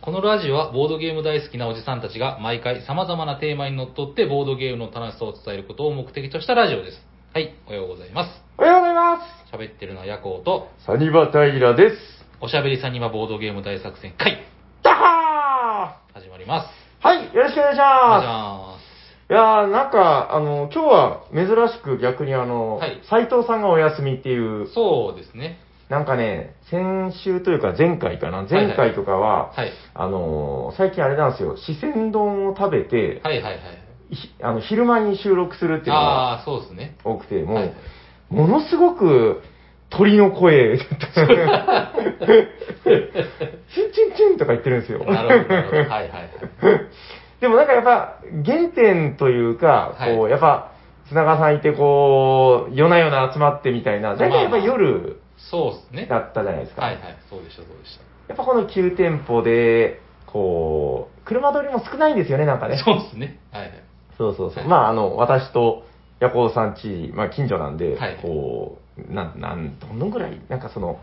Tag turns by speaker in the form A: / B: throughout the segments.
A: このラジオはボードゲーム大好きなおじさんたちが毎回様々なテーマにのっとってボードゲームの楽しさを伝えることを目的としたラジオです。はい、おはようございます。
B: おはようございま
A: 喋ってるのはヤコウと、
B: す。サニバタイラです。
A: おしゃべりサニバボードゲーム大作戦会、
B: ダハ
A: 始まります。
B: ーはい、よろしくお願
A: お願い
B: いし
A: し
B: ま。
A: ます
B: いやー、なんか、あの、今日は珍しく逆にあの、
A: はい
B: 斉藤さんがお休みっていう
A: す。、そうですね。
B: なんかね、先週というか前回かな、
A: いはい
B: 前回とかは、
A: はい。
B: あのー、最近あれなんですよ、四川丼を食べて、
A: はいはいはい。
B: ひあの昼間に収録するっていうのが
A: ああー、そうですね。
B: 多くて、もう、
A: はい
B: ものすごく鳥の声 だった、チンチンチンとか言ってるんですよ。
A: なるほど、なるほど。はいはいはい。
B: でもなんかやっぱ原点というか、
A: はい
B: こうやっぱ砂川さんいてこう夜な夜な集まってみたいな、大体やっぱ
A: まあまあ
B: 夜
A: そうです ね。
B: だったじゃないですか。
A: はいはい。そうでした、そうでした。
B: やっぱこの旧店舗で、こう、車通りも少ないんですよね、なんかね。
A: そうですね。はいはい。
B: そうそうそう。
A: はい
B: まああの、私とヤコウさんち、まあ近所なんで、
A: はい
B: こう、なん、なん、どのぐらい、なんかその、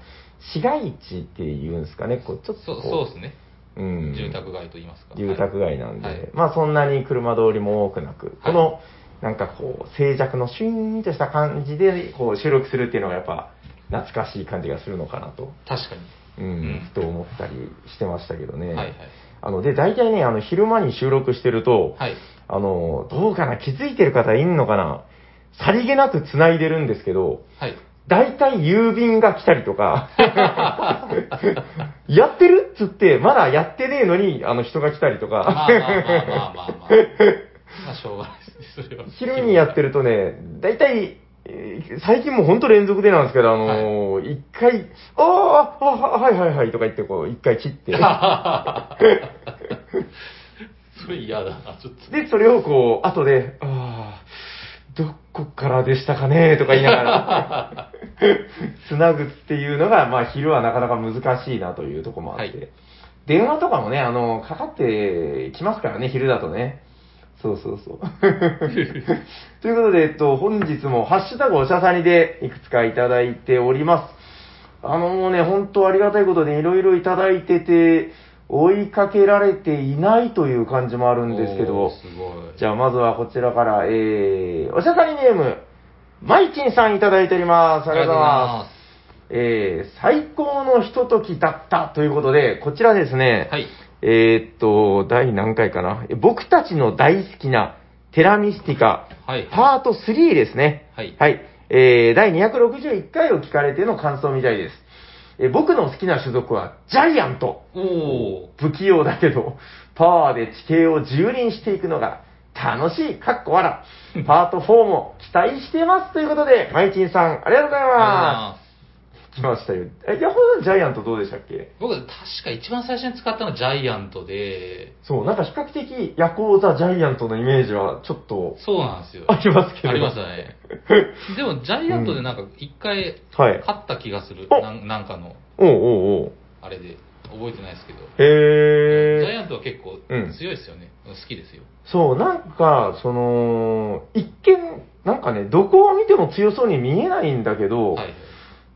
B: 市街地っていうんですかね、こう、ちょっと
A: そ
B: こ
A: うそうですね。
B: う、うん。
A: 住宅街といいますか。
B: 住宅街なんで、
A: はい
B: まあそんなに車通りも多くなく、このなんかこう静寂のシューンとした感じでこう収録するっていうのがやっぱ懐かしい感じがするのかなと、
A: 確かに。
B: うん
A: うん
B: ふと思ったりしてましたけどね。
A: はいはい。
B: あので大体ねあの昼間に収録してると、
A: はい。
B: あのどうかな気づいてる方いんのかなさりげなく繋いでるんですけど。
A: はい。
B: 大体郵便が来たりとか、 やってるっつって、まだやってねえのに、あの人が来たりとか、
A: まあまあまあまあまあまあ。まあしょうがないですね、それは。
B: 昼にやってるとね、大体、えー最近もうほんと連続でなんですけど、あのー一、回、あーあ、あはいはいはいとか言って、こう、一回 切って、
A: それ嫌だな、ちょっと。
B: で、それをこう、後で、ああ、どこからでしたかねとか言いながら、 つなぐっていうのが、まあ、昼はなかなか難しいなというところもあって、
A: はい
B: 電話とかもね、あの、かかってきますからね、昼だとね。そうそ うそう。ということで、えっと、本日も、ハッシュタグおしゃさにで、いくつかいただいております。あのもうね、本当ありがたいことでいろいろいただいてて、追いかけられていないという感じもあるんですけ
A: お
B: ど
A: ー、すごい。
B: じゃあまずはこちらから、えー、おしゃさりネーム、マイチンさんいただいております。ありがとうございます。えー、最高のひとときだったということで、こちらですね、
A: はい。
B: えーっと、第何回かな、え僕たちの大好きなテラミスティカ、
A: はい。
B: パート3ですね。
A: はい。
B: はい。えー、第261回を聞かれての感想みたいです。えー僕の好きな種族はジャイアント。
A: おお
B: 不器用だけど、パワーで地形を蹂躙していくのが楽しい、かっこ笑。 パート4も期待してますということで、マイチンさん、ありがとうございま
A: あ
B: す。来ましたよ。え、ヤホージャイアントどうでしたっけ
A: 僕、確か一番最初に使ったのはジャイアントで、
B: そう、なんか比較的、ヤコーザ・ジャイアントのイメージはちょっと
A: そうなんですよ。
B: ありますけど。
A: ありますよ ね。でも、ジャイアントでなんか一回
B: はい。
A: 勝った気がする。
B: お
A: なんなんかの、
B: おうおうおう。
A: あれで。覚えてないですけど。ジャイ
B: へー。
A: アントは結構
B: うん
A: 強いですよね。好きですよ。
B: そう、なんか、その、一見、なんかね、どこを見ても強そうに見えないんだけど、
A: はい。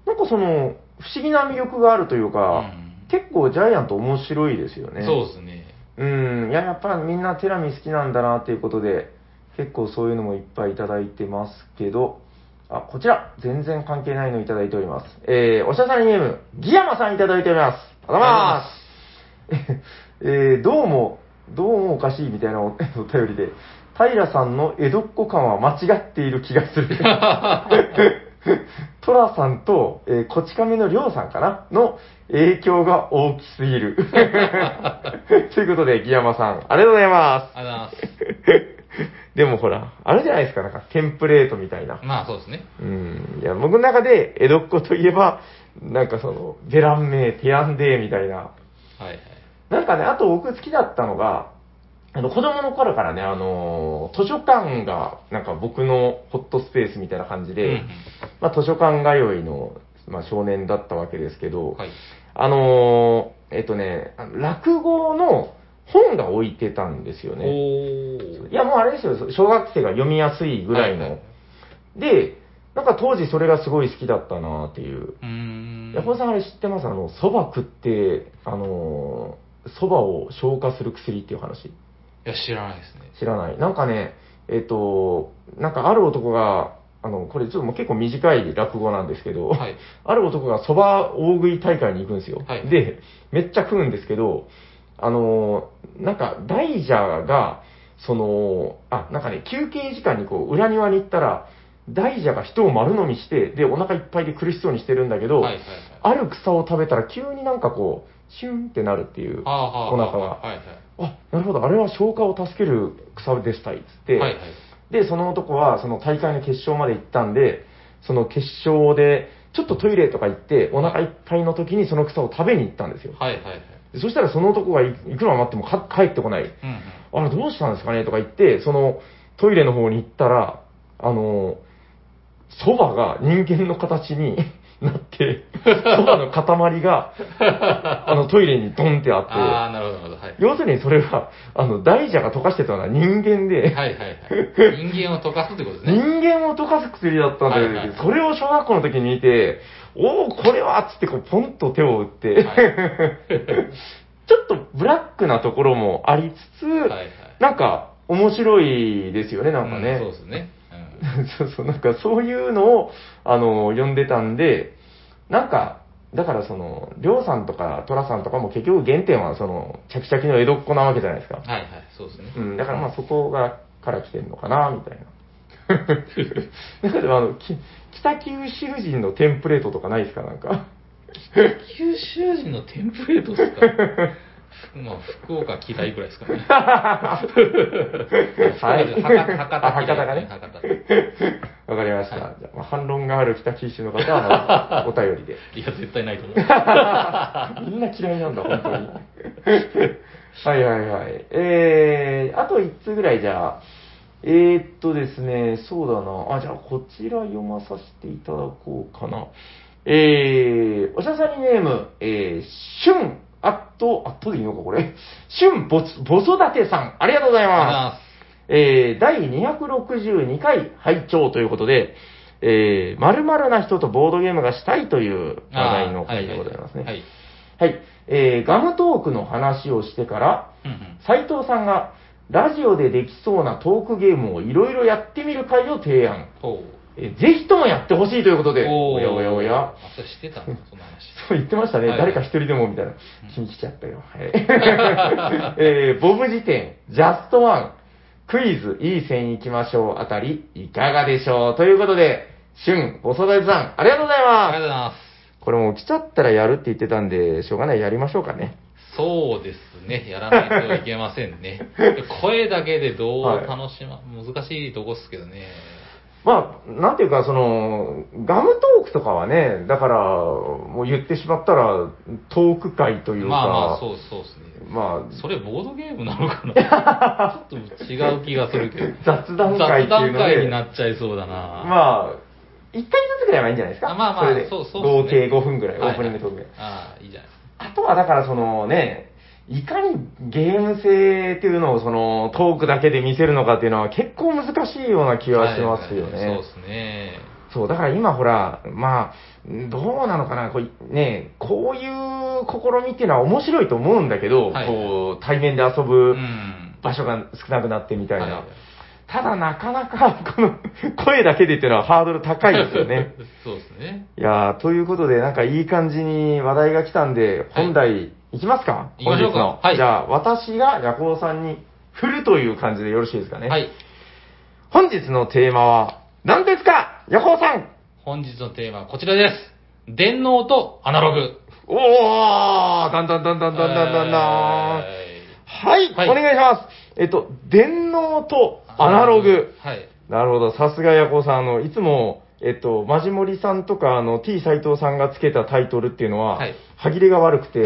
B: なんかその、不思議な魅力があるというか、
A: うん
B: 結構ジャイアント面白いですよね。
A: そうですね。
B: う。ん、いや、やっぱみんなテラミ好きなんだなっていうことで、結構そういうのもいっぱいいただいてますけど、あ、こちら、全然関係ないのいただいております。えー、おしゃさんネーム、ギヤマさんいただいております。ありがとうございます。えーどうも、どうもおかしいみたいなおお便りで、平さんの江戸っ子感は間違っている気 がする。 トラさんと、えーこち亀のりょうさんかなの影響が大きす ぎる。ということで、ギヤマさん、ありがとうございま
A: ありがとうござい
B: す。でもほら、あれじゃないですか、なんかテンプレートみたいな
A: ます。。まあそうですね。
B: うん、いや、僕の中で江戸っ子といえば、なんかその、ベランメー、ティアンデーみたいな、
A: はいはい。
B: なんかね、あと僕好きだったのが、あの、子供の頃からね、あのー図書館が、なんか僕のホットスペースみたいな感じで、
A: うん
B: まあ、図書館通いの、まあ、少年だったわけですけど、
A: うんはい。
B: あのーえっとね、あの落語の本が置いてたんですよね。
A: お
B: いや、もうあれですよ、小学生が読みやすいぐらいの。
A: はいはい
B: で、なんか当時それがすごい好きだったなっていう。
A: うーん。
B: ヤコウさんあれ知ってますあの、蕎麦食って、あのー蕎麦を消化する薬っていう話。
A: いや、知らないですね。
B: 知らない。なんかね、えっと、なんかある男が、あの、これちょっともう結構短い落語なんですけど、
A: はい。
B: ある男が蕎麦大食い大会に行くんですよ。
A: はい
B: で、めっちゃ食うんですけど、あのーなんか、大蛇が、その、あ、なんかね、休憩時間にこう、裏庭に行ったら、大蛇が人を丸飲みして、で、お腹いっぱいで苦しそうにしてるんだけど、
A: はいはいはい。
B: ある草を食べたら急になんかこう、シュンってなるっていう。
A: はあはあ
B: お
A: は
B: 腹が
A: あはいは
B: あ、なるほど、あれは消化を助ける草でしたい、つって。
A: い。はいはい。
B: で、その男はその大会の決勝まで行ったんで、その決勝で、ちょっとトイレとか行って、お腹いっぱいの時にその草を食べに行ったんですよ。
A: はいはいはい。
B: でそしたらその男がいいくら待ってもか帰ってこない。
A: うんうん。
B: あれどうしたんですかねとか言って、そのトイレの方に行ったら、あの、蕎麦が人間の形に なって、蕎麦の塊が、あのトイレにドンってあ
A: ああ、なるほどなるほど。はい
B: って、。要するにそれは、あの、大蛇が溶かしてたのは人間で、
A: はいはい はい。人間を溶かすってことですね。
B: 人間を溶かす薬だったんだよ、
A: はいはい
B: それを小学校の時に見て、おお、これはっつってこう、ポンと手を打って、
A: はい
B: ちょっとブラックなところもありつつ、
A: はいはい。
B: なんか、面白いですよね、なんかね。
A: うそうですね。うん。
B: そうそう、なんかそういうのを、あの、読んでたんで、なんか、だからその、りょうさんとか、とらさんとかも結局原点はその、チャキチャキの江戸っ子なわけじゃないですか。
A: はいはい、そうですね。
B: うん、だからまあそこが、から来てるのかな、み たいな。なんかでもあの、き北九州人のテンプレートとかないですかなんか。
A: 九州人のテンプレートです かまあ、福岡嫌いぐらいですかね。
B: はい
A: 福岡じゃ博博多
B: あ博多がね
A: 博多。い
B: わかりました。
A: は
B: じゃあ、まあ、反論がある北九州の方は、まあお便りで。
A: や、絶対ない と思う。
B: みんな嫌いなん だ、本当に。はいはいはい。えー、あと1つぐらいじゃあ、えー、っとですね、そうだな。あ、じゃあこちら読まさせていただこうかな。えー、おしゃさにネーム、えー、しゅん、あっと、あっとでいいのか、これ。しゅんぼつ、ぼそだてさん、ありがとうございます。
A: あ
B: えー、第262回拝聴ということで、えー、〇〇な人とボードゲームがしたいという
A: ー
B: 話題の回でございますね。
A: はい。
B: はい。えーガムトークの話をしてから、
A: うんうん
B: 斉藤さんが、ラジオでできそうなトークゲームをいろいろやってみる会を提案。
A: ほう。
B: えーぜひともやってほしいということで、
A: おー
B: おやおやおや。
A: あ、それして たんだ、その話。
B: そう言ってましたね。
A: はい
B: 誰か一人でもみたいな。気に来ちゃったよ。はい。 えーボブ辞典、ジャストワン、クイズ、いい線行きましょうあたり、いかがでしょうということで、シュン、おそだてさん、ありがとうござい
A: あ
B: ま
A: りがとうご
B: す。
A: ざいま
B: これもう来ちゃったらやるって言ってたんで、しょうがない、やりましょうかね。
A: す。そうですね。やらないといけません ね。声だけでどう
B: はい
A: 楽しま、難しいとこっすけどね。
B: まあ、なんていうか、その、ガムトークとかはね、だから、もう言ってしまったら、トーク会というか、
A: まあまあ、そうそうですね。
B: まあ
A: それボードゲームなのか なちょっと違う気がするけど。
B: 雑談会ってい
A: 雑談
B: うので
A: 会になっちゃいそうだな。
B: まあ、一回ずつぐらいはいいんじゃないですか。
A: あまあまあ
B: それで
A: そうそう
B: 合
A: です
B: 計
A: ね
B: 5分ぐらい、オ
A: はい
B: ープニングトークぐらい。
A: ああ、いいじゃないです
B: あとはだからそのね、いかにゲーム性っていうのをそのトークだけで見せるのかっていうのは結構難しいような気
A: か。
B: はしますよね。
A: はいはいはいそうですね。
B: そう、だから今ほら、まあ、どうなのかな、こうね、こういう試みっていうのは面白いと思うんだけど、
A: はい
B: こう対面で
A: う
B: 遊ぶ
A: ん。
B: 場所が少なくなってみたいな。
A: はいはい
B: ただなかなか、 この声だけでっていうのはハードル高いですよね。
A: そうですね。
B: いやー、ということで、なんかいい感じに話題が来たんで、
A: はい
B: 本題、いきますか、
A: 行きましょうか
B: 本日の。
A: はい
B: じゃあ、私がヤコウさんに振るという感じでよろしいですかね。
A: はい。
B: 本日のテーマは、何ですかヤコウさん
A: 本日のテーマはこちらです。電脳とアナログ。
B: おーだんだんだんだんだんだんだんだん
A: は。
B: はい、
A: はい
B: お願いします。えっと、電脳とアナログ。
A: はい。
B: なるほど、さすがヤコウさん、あの、いつも、えっと、マジモリさんとか、あの、T 斎藤さんがつけたタイトルっていうのは、
A: はい
B: 歯切れが悪く て、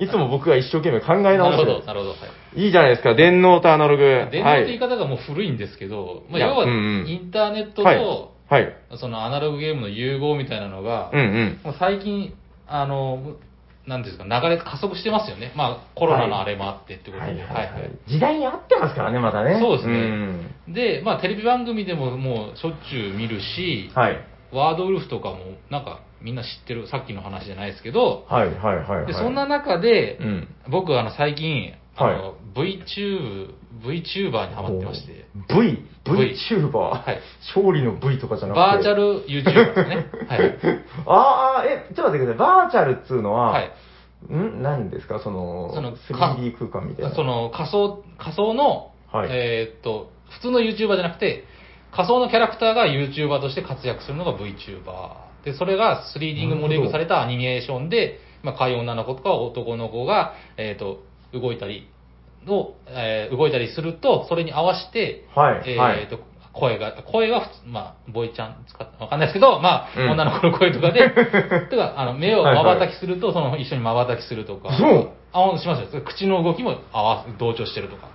B: いつも僕が一生懸命考え
A: な
B: 直
A: る
B: し
A: ほ
B: てる
A: ど、。なるほど。はい。
B: いいじゃないですか、電脳とアナログ。
A: 電脳っ
B: は
A: て言い
B: い。
A: 方がもう古いんですけど、まあ、
B: いや
A: 要は
B: うんうん
A: インターネット
B: はい
A: と、
B: はい。
A: そのアナログゲームの融合みたいなのが
B: うん、うん。
A: もう最近、あの、なんていうんですか、流れ加速してますよね。まあ、コロナのあれもあってってことで。
B: はいはい
A: はいはい
B: 時代に合ってますからね、またね。
A: そうですね
B: ん
A: で、まあ、テレビ番組でももうしょっちゅう見るし、
B: はい。
A: ワードウルフとかもなんかみんな知ってる、さっきの話じゃないですけど、
B: はいはいはい、はい。
A: でそんな中で、
B: うん。
A: 僕、あの、最近、あ
B: はい
A: の、VTube、VTuber にハマってまして、
B: おー。V、VTuber。
A: はい
B: 勝利の V とかじゃなくて。
A: バーチャル YouTuber ですね。はい。
B: ああ、え、ちょっと待ってください。バーチャルっつうのは、
A: はい。
B: ん何ですかその、
A: そのか
B: 3D 空間みたいな。
A: その仮想、仮想の、
B: はい
A: えーっと、普通の YouTuber じゃなくて、仮想のキャラクターが YouTuber として活躍するのが VTuber。で、それが 3D モデリングされたアニメーションで、まあ、可愛い女の子とか男の子が、えーっと、動いたりの、えー動いたりすると、それに合わせて、
B: はい
A: え
B: はい
A: ーっと、声が、声が普通、まあ、ボイちゃん使ったわかんないですけど、まあ、
B: うん
A: 女の子の声とか で、とか、あの、目を瞬きすると、その、一緒に瞬きするとか、
B: そう
A: あ、しますよ。口の動きも合わせ、同調してるとか。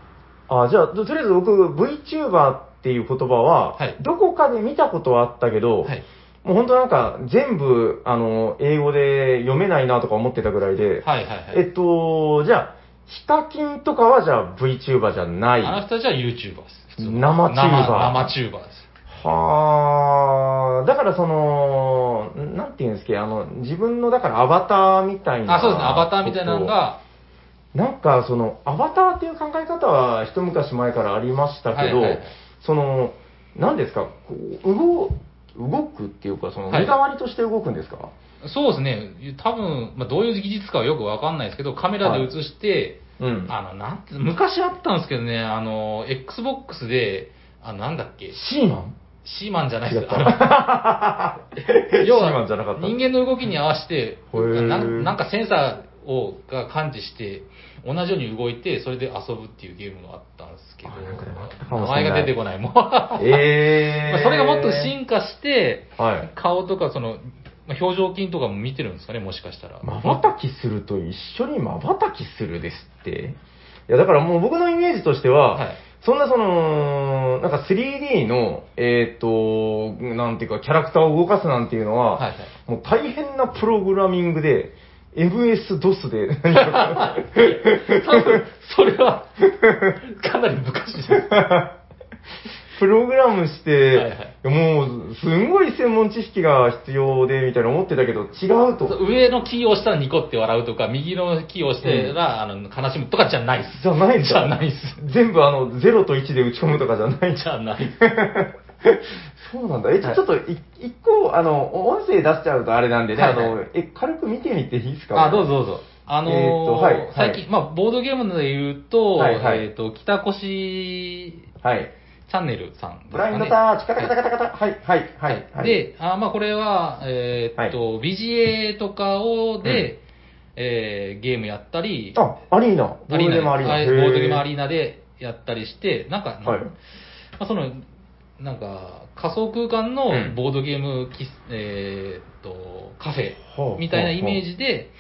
B: あーじゃあ、ととりあえず僕、VTuber っていう言葉は、
A: はい
B: どこかで見たことはあったけど、
A: はい。
B: もう本当なんか、全部、あの、英語で読めないなとか思ってたぐらいで、
A: はいはいは
B: え
A: い。
B: っと、じゃあ、ヒカキンとかはじゃあ VTuber じゃない。
A: あの人たちは YouTuber です。普通の
B: 生チューバー
A: 生生チューバーです。
B: はあ、だからその、なんていうんですっけど、あの、自分のだからアバターみたいな。
A: あ、そうですね。アバターみたいなの。が、
B: なんかその、アバターっていう考え方は一昔前からありましたけど、
A: はいはいはい
B: その、なんですか、こう動、動くっていうか、その、
A: はい
B: 身代わりとして動くんですか、
A: そうですね。多分、まあ、どういう技術かはよくわかんないですけど、カメラで映して、
B: うん。
A: あの、なんて、昔あったんですけどね、あの、Xbox で、あ、なんだっけ、
B: シーマン
A: シーマンじゃない
B: 違
A: で
B: っ
A: す
B: た。
A: あの
B: シ
A: 要
B: ーマンじゃなか
A: は
B: った。
A: 人間の動きに合わせて
B: ー
A: なんなんかセンサーをが感知して同じように動いてそれで遊ぶっていうゲームがあったんですけ
B: あなんかねあった
A: ど
B: かも
A: 名
B: しれない
A: 前が出てこないもうまあ
B: え ー。
A: それがもっと進化して
B: はい。
A: 顔とかそのまあ表情筋とかも見てるんですかねもしかしたら
B: まばたきすると一緒にまばたきするですって。いや、だからもう僕のイメージとしては、
A: はい
B: そんなその、なんか 3D の、えっ、と、なんていうか、キャラクターを動かすなんていうのは、
A: はいはい
B: もう大変なプログラミングで、MS-DOS で、なんか
A: 多分それはかなり昔です
B: プログラムして、
A: はい
B: もう、すんごい専門知識が必要で、みたいな思ってたけど、違うと。
A: 上のキーを押したらニコって笑うとか右のキーを押してら、あの悲しむとかじゃないっす
B: じゃないんだ。
A: じゃないっす
B: 全部あの、0と1で打ち込むとかじゃないんだ
A: じゃないっす
B: そうなんだ。え、ちょ
A: はい
B: ちょっと、い一個、あの、お音声出しちゃうとあれなんでね、
A: はいはい
B: あの、え、軽く見てみていいですか
A: あ、どうぞ。どうぞ。あのー
B: えーっとはいはい
A: 最近、まあ、ボードゲームで言うと、
B: はいはい
A: えーっと、北越チ
B: はい。
A: ャンネルさんです
B: ブ
A: かね、
B: ラインドタッチ、カタカタカタカタ。はい、はい、はい。はい、
A: で、あまあ、これは、えーっと、BGA とかをで、
B: う
A: えーゲームやったり、
B: あ、アリーナ。ボードゲームアリーナ。
A: はい
B: へ
A: ボードゲームアリーナでやったりして、なんか、
B: はい
A: まあ、その、なんか、仮想空間の
B: うん
A: ボードゲームキス、えーっと、カフ
B: はあ
A: ェみたいなイメージで、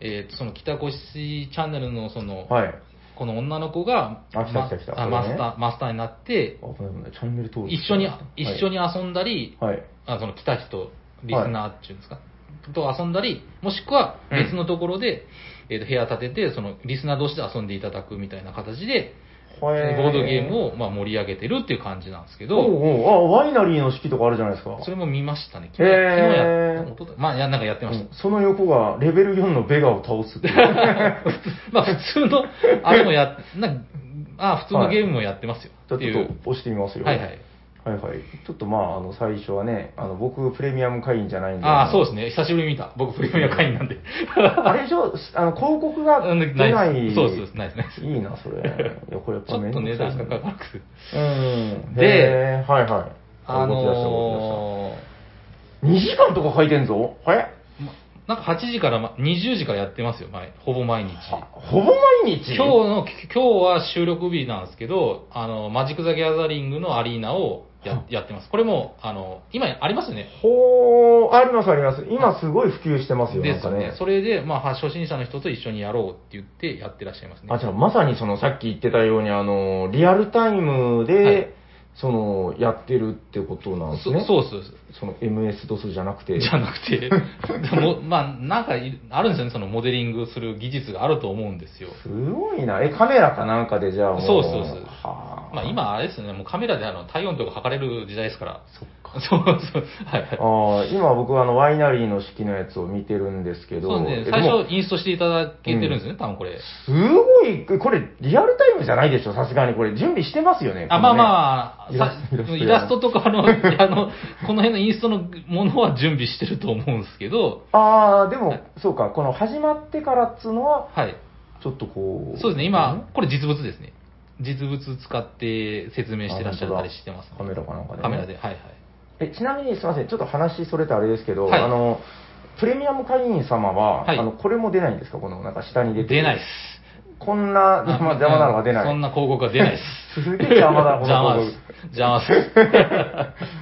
A: えーっと、その北越チャンネルのその、
B: はい。
A: この女の子が、
B: あ来た来た来た
A: まあ
B: こ
A: マ
B: れね
A: スター、マスターになって、
B: 危ない危ない。チャンネル登録。
A: 一緒に、一緒に
B: に。
A: 遊んだり、
B: はい。
A: あその来た人、リスナーっていうんですか、と遊んだり、もしくは
B: うん
A: 別のところで、えーと部屋建てて、そのリスナー同士で遊んでいただくみたいな形で、
B: ボ
A: ボードゲームをまあ盛り上げてるっていう感じなんですけ
B: お
A: ど、
B: うおうあ、ワイナリーの式とかあるじゃないですか。
A: それも見ましたね、
B: へ
A: 昨日
B: ー
A: 昨日やった、おととまあ、いやなんかやってま
B: う
A: した。
B: んその横が、レベル4のベガを倒すっていう。
A: まあ普通の、あれもや、 なんかあ普通のゲームもやってますよ、
B: ちょ
A: っ
B: って
A: いう。
B: と押してみますよ。
A: はいはい。
B: はいはい。ちょっとまあ、あの、最初はね、あの、僕、プレミアム会員じゃないんで。
A: ああ、そう
B: う
A: ですね。久しぶりに見た。僕、プレミア会員 なんで。
B: あれ以上、あの、広告が
A: う
B: 出
A: ん
B: な
A: ナイ
B: い。
A: スそうです、ナイス、ナイス。
B: いいな、それ。いや、これやっ
A: ち
B: ぱ
A: ょっと
B: 面
A: 値段が
B: 倒くさいですね
A: かかる。
B: うん。
A: で
B: へーはいはい。
A: あの
B: 動き出した動き出した2時間とか書いてんぞ。はい。
A: ー、まなんか8時からま20時からやってますよ、前。ほぼ毎日。
B: ほぼ毎日
A: 今日の、今日は収録日なんですけど、あの、マジック・ザ・ギャザリングのアリーナをややってます。これも、あの、今ありますよね。
B: ほー、ありますあります。今すごい普及してますよ、な
A: で
B: ん
A: す
B: か
A: よね
B: ね。。
A: それで、まあ、初心者の人と一緒にやろうって言ってやってらっしゃいますね。
B: あ、じゃあまさにそのさっき言ってたように、あの、リアルタイムで、
A: はい
B: その、やってるってことなんです
A: そ
B: ね。
A: そうそうそう。
B: その MS-DOS じゃなくて。
A: じゃなく て、でもまあ、なんかいあるんですよね、そのモデリングする技術があると思うんですよ。
B: すごいな。え、カメラかなんかでじゃあも
A: そうそうそう
B: はな
A: まあ今、あれですね、もうカメラであの体温とか測れる時代ですから。
B: そっ
A: か。そうそう。はいはい。
B: ああ、今僕はあのワイナリーの式のやつを見てるんですけど、
A: そうですね、
B: えで
A: 最
B: も
A: 初インストしていただけてるんですね、多分これ。
B: すごい、これリアルタイムじゃないでしょ、さすがにこれ準備してますよね。
A: あ、まあまあ、
B: イ
A: さ
B: ラストイラストや
A: イラストとかあの、あの、 この辺のインストのものは準備してると思うんですけど、
B: あ。ああ、でも、そうか、この始まってからっつうのは、
A: はい。
B: ちょっとこう。
A: そうですね、今、これ実物ですね。実物使って説明してらっしゃったりしてます、
B: あ本当だカメラかなんかでね
A: カメラで、はいはい。
B: えちなみにすみません、ちょっと話それてあれですけど、
A: はい
B: あのプレミアム会員様は、
A: はい
B: あのこれも出ないんですか、このなんか下に出て
A: 出ない
B: い
A: です。
B: こんな 邪魔邪魔なのが出ない。
A: そんな広告は出ないです。
B: すげえ邪魔だ、この
A: 邪魔で
B: 広
A: す
B: 告。
A: 邪魔 で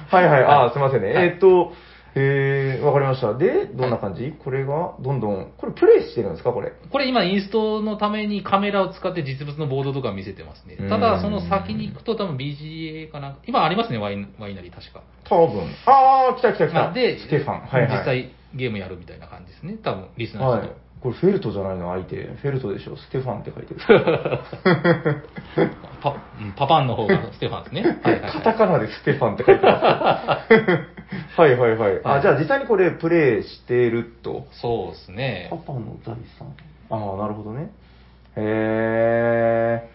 A: す。
B: はいはい、あ
A: は
B: ー
A: い
B: すみませんね。
A: はい
B: えーっと、えー、わかりました。で、どんな感じ、これが、どんどん、これプレイしてるんですか、これ。
A: これ今インストのためにカメラを使って実物のボードとか見せてますね。た
B: う
A: だ
B: ん
A: その先に行くと多分 BGA かなんか、今ありますね、ワインワイナリー確か。
B: 多分。あー、来た来た来
A: ま
B: た。
A: あで、
B: ステファン。はいはい。
A: 実際ゲームやるみたいな感じですね。多分リスナーの
B: は
A: 人
B: い。これフェルトじゃないの、相手。フェルトでしょ。ステファンって書いてる。
A: パうんパパンの方がステファンです ね。はいはい
B: カ
A: は
B: タ
A: い。
B: カナでステファンって書いてます。はいはいはい。
A: は
B: あ、
A: い
B: じゃあ実際にこれプレイしてると。
A: そうですね
B: パ。パの財産。ああ、なるほどね。へえ。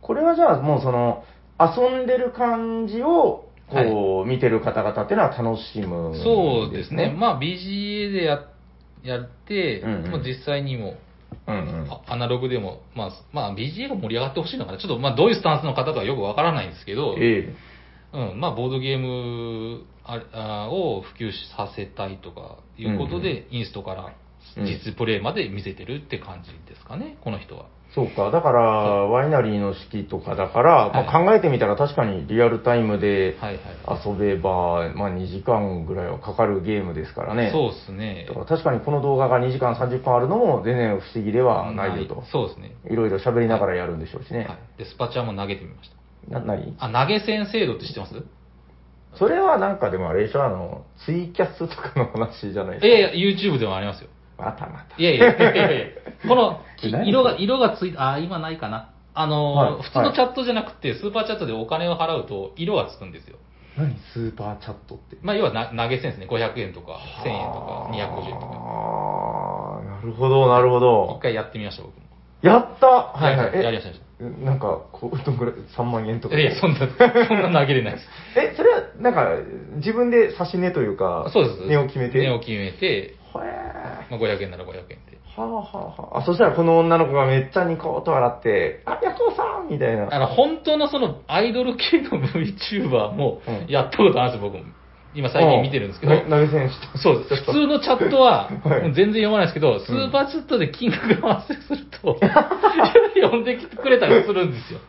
B: これはじゃあもうその、遊んでる感じを、こう、見てる方々っていうのは楽しむんです、ね。
A: そうですね。。まあ BGA でややって、
B: うんうん
A: まあ実際にも
B: うんうん。
A: あアナログでも、まあ、まあ、BGA が盛り上がってほしいのかな。ちょっと、まあ、どういうスタンスの方かはよくわからないんですけど、
B: え
A: うん、まあ、ボードゲームああを普及させたいとかいうことで、インストから実プレイまで見せてるって感じですかね、この人は。
B: そうか、だから、ワイナリーの式とかだから、まあ、考えてみたら確かにリアルタイムで
A: はいはい。
B: 遊べば、まあ、2時間ぐらいはかかるゲームですからね。
A: そうですね
B: だ。から確かにこの動画が2時間30分あるのも全然不思議ではないよと。
A: そうですね。
B: いろいろ喋りながらやるんでしょうしね。
A: はい。で、スパチャも投げてみました。
B: な、何
A: あ、投げ銭制度って知ってます
B: それはなんかでもあれでしょあの、ツイキャスとかの話じゃない
A: い
B: です
A: やいや、YouTube でもありますよ。
B: か。またまた。
A: いやいやいやいやいや、このき
B: 何
A: 色が、色がついた、あー、今ないかな。あのー
B: はい
A: 普通のチャットじゃなくて、スーパーチャットでお金を払うと、色がつくんですよ。
B: 何スーパーチャットって。
A: まあ、要はな投げ銭ですね。500円とか、1000円とか、250円とか。
B: ああ、なるほど、なるほ
A: 一
B: ど。
A: 回やってみました、僕も。
B: やったはいはい。
A: やりましたやりまし
B: えなんか、こう、どんぐらい ?3 万円と
A: い
B: か。
A: やいや、そんな、そんな投げれない です。
B: え、それは、なんか、自分で差し値というか、
A: そうです。
B: 値を決めて。
A: 値を
B: へ
A: 決めて、
B: え。
A: まあ、500円なら500円で。
B: はあはあはあ。あ、そしたらこの女の子がめっちゃニコッと笑って、あ、ヤコウさんみたい
A: あ
B: な。
A: の、本当のその、アイドル系の VTuber も
B: うん、
A: やったことあるんですよ、僕も。今、最近見てるんですけど。
B: うな投げ銭した。
A: そうです。普通のチャット は、
B: はい
A: もう全然読まないですけど、スーパーチャットで金額が発生する と、呼んできてくれたりするんですよ。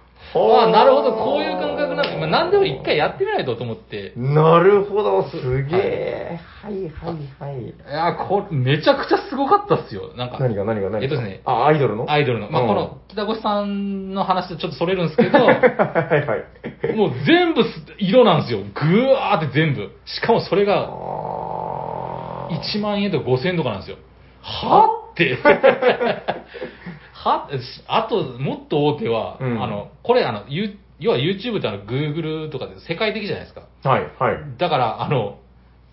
A: あ
B: は
A: あ、なるほど、こういう感覚なんだ。まあ、何でも一回やってみないとと思って。
B: なるほど、すげえ。はいはいはい。
A: いやーこめちゃくちゃすごかったっすよ。なんか、
B: 何が何が何が
A: えっとですね
B: あ、アイドルの
A: アイドルの。まあ、
B: うん
A: この、北越さんの話とちょっとそれるんですけど、
B: は いはい。
A: もう全部す色なんですよ。ぐわーって全部。しかもそれが、
B: あー
A: 1万円とか5000円とかなんですよ。は って。はしあと、もっと大手は、
B: うん
A: あの、これ、あの、ゆ要は YouTube ってあの、Google とかで世界的じゃないですか。
B: はいはい。
A: だから、あの、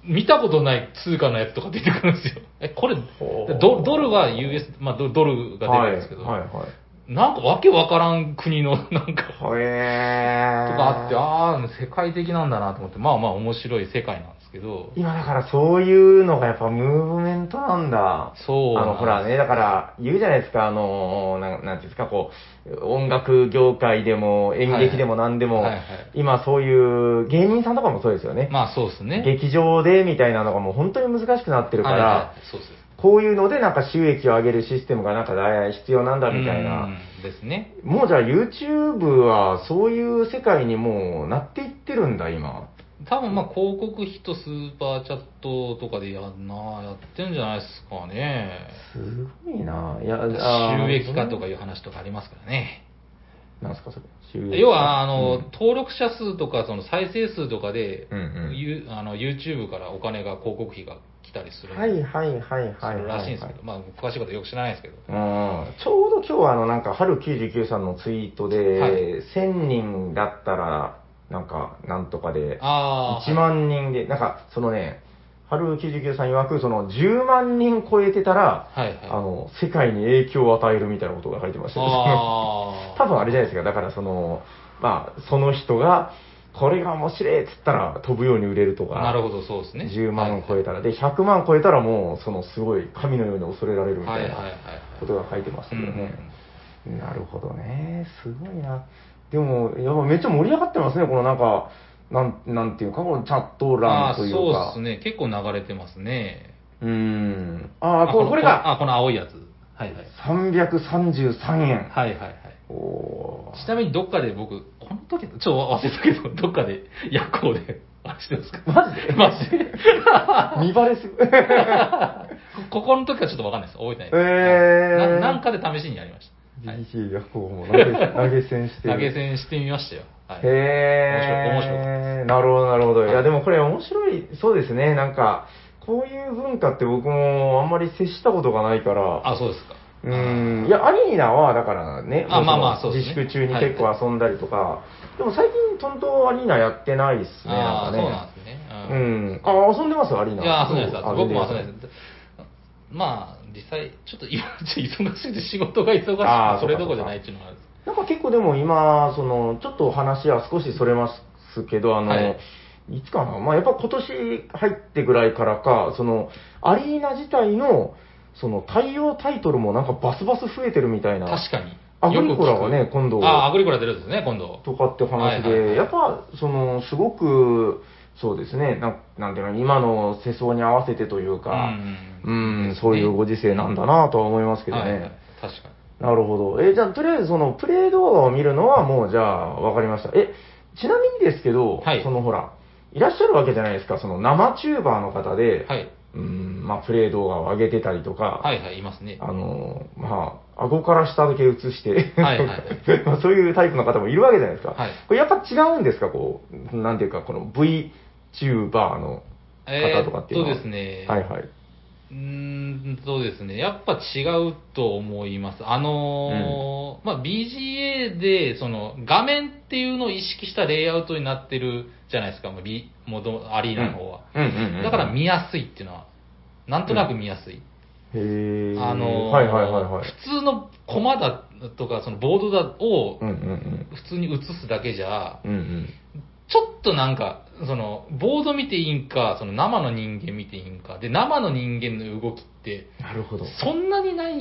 A: 見たことない通貨のやつとか出てくるんですよ。え、これ
B: ほう、
A: ドドルは US、まあドドルが出てるんですけど、
B: はいはいはい。
A: なんかわけわからん国の なんか、
B: へえ
A: とかあって、ああ、世界的なんだなと思って、まあまあ面白い世界なんですけど、
B: 今だからそういうのがやっぱムーブメントなんだ。
A: そうなん
B: あの、
A: です
B: ほらね、だから、言うじゃないですか、あの、なんなんていうんですか、こう、音楽業界でも、演劇でも何でも、
A: はいはい
B: 今そういう、芸人さんとかもそうですよね。
A: まあそうですね。
B: 劇場でみたいなのがもう本当に難しくなってるから、
A: はいはいそうです。
B: こういうのでなんか収益を上げるシステムがなんか大必要なんだみたいな。
A: うんですね。
B: もうじゃあ YouTube はそういう世界にもうなっていってるんだ、今。
A: 多分まあ広告費とスーパーチャットとかでやんな、やってんじゃないですかね。
B: すごいないや、あー
A: 収益化とかいう話とかありますからね。
B: なんですか、それ。収益化
A: 要は、あの、
B: うん
A: 登録者数とか、その再生数とかで、
B: うんうん
A: ゆあの YouTube からお金が広告費が来たりする、
B: はいはいはいはいはい、はい。
A: するらしいんですけど、まあ、詳しいことよく知らないですけど。
B: うんちょうど今日はあの、なんか、春99さんのツイートで、
A: はい
B: 1000人だったら、なんか、なんとかで、
A: ああ。
B: 1万人で、なんか、そのね、春99さん曰く、その、10万人超えてたら、
A: はいはい。
B: あの、世界に影響を与えるみたいなことが書いてましたよ
A: あー
B: 多分あれじゃないですか、だからその、まあ、その人が、これが面白いっつったら飛ぶように売れるとか、
A: なるほど、そうですね。
B: 10万超えた
A: ら。
B: ら、で、100万超えたらもう、そのすごい神のように恐れられるみ
A: は
B: た
A: いはいいはい
B: な。ことが書いてましたけどね。なるほどね、すごいな。でも、やっぱめっちゃ盛り上がってますね、このなんか、なんなんていうか、このチャット
A: あ
B: 欄
A: あ、
B: と
A: そう
B: いうか。
A: ですね。結構流れてますね。
B: うーん。ああ、これこれが
A: あ、この青いやつ。はいはい。
B: 333円。
A: はいはいはい。
B: おー
A: ちなみにどっかで僕、この時、ちょっと忘れたけど、 どっかで夜行で、あれしてますか
B: マジで
A: マジで
B: 見バレす ごい。
A: ここの時はちょっとわかんないです。覚えてないです。
B: えー
A: はいななんかで試しにやりました。
B: BC ヤコウも投げ投げ銭して
A: 投げ
B: る。
A: 銭してみましたよ。はい、
B: へ
A: 面白い面白か
B: え。なるほど、なるほど。い
A: は
B: や、
A: い
B: でもこれ面白い、そうですね。なんか、こういう文化って僕もあんまり接したことがないから。
A: あ、そうですか。
B: うーん。いや、アリーナは、だからね、
A: あ
B: も
A: まあまあ
B: その
A: そうですね
B: 自粛中に結構遊んだりとか。でも最近、トントンアリーナやってないっすね、
A: ああ、そ
B: なんか
A: う
B: ね。
A: なんですね。
B: う
A: うん
B: ん。あ、遊んでますアリーナ。
A: いや、遊んでないです。
B: あ
A: 僕も遊んでない
B: 全然
A: です。まあ、実際、ちょっと今、ちょっと忙しいで仕事が忙しくて
B: あー、
A: それどころじゃないっていうのがあるんです。
B: なんか結構でも今、その、ちょっとお話は少しそれますけど、あの、、
A: はい
B: つかな、まあやっぱ今年入ってぐらいからか、その、アリーナ自体の、その、対応タイトルもなんかバスバス増えてるみたいな。
A: 確かに。
B: アグリコラがね
A: よく聞く
B: 今度
A: ああ、アグリコラ出るんですね、今度。
B: とかって話
A: は
B: で、
A: いはいはい
B: やっぱ、その、すごく、そうですね、ななんていうの、今の世相に合わせてというか、
A: う
B: うんん、そういうご時世なんだなとは思いますけどね。
A: はいはい確かに。
B: なるほど。え、じゃあ、とりあえずそのプレイ動画を見るのはもう、じゃあ、わかりました。え、ちなみにですけど、
A: はい
B: そのほら、いらっしゃるわけじゃないですか、その生チューバーの方で、
A: はい。
B: うーん、まあ、プレイ動画を上げてたりとか、
A: はいはい、いますね。
B: あの、まあ、顎から下だけ映して、
A: はいはい
B: まあそういうタイプの方もいるわけじゃないですか。
A: はい
B: これやっぱ違うんですか、こう、なんていうか、この VTuber の
A: え
B: 方とか
A: ーっ
B: っていう
A: と
B: のは。
A: ですね、
B: はいはい。
A: うーんとですね、やっぱ違うと思います。あのーまあ、BGA で、その、画面っていうのを意識したレイアウトになってるじゃないですか、もう、B、もうどアリーナの方は。
B: うんうんうんうん
A: だから見やすいっていうのは、なんとなく見やすい。
B: へー
A: あのー
B: はいはいはいはい。
A: 普通のコマだとか、そのボードだを
B: うんうん
A: 普通に映すだけじゃ、
B: うん。うんうん。
A: ちょっとなんか、その、ボード見ていいんか、その生の人間見ていいんか、で、生の人間の動きって、
B: なるほど。
A: そんなにない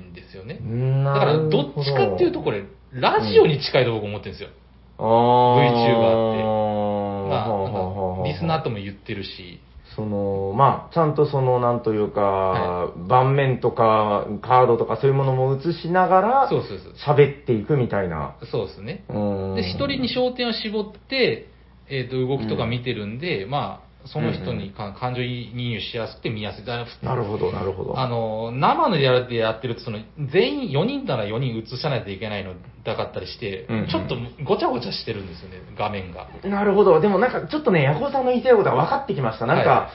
A: んですよね。だ
B: だ
A: から、どっちかっていうと、これ、ラジオに近いと僕思ってるんですよ。
B: あー
A: VTuber ってまあ
B: はあはあ
A: なんか
B: はあはあ
A: リスナーとも言ってるし、
B: その、まあ、ちゃんとその、なんというか、
A: は
B: 盤面とか、カードとかそういうものも映しながら
A: そ、うそうそう。
B: 喋っていくみたいな。
A: そうですね。
B: うーん
A: で、一人に焦点を絞って、えっ、と、動きとか見てるんで、まあ、その人にか感情移入しやすくて見やすい。だから
B: なるほど、なるほど。
A: あの、生のでやるってやってると、その、全員、4人なら4人映さないといけないのだかったりして、
B: うんうん
A: ちょっとごちゃごちゃしてるんですよね、画面が。
B: なるほど。でもなんか、ちょっとね、ヤコウさんの言いたいことは分かってきました。なんか、
A: はい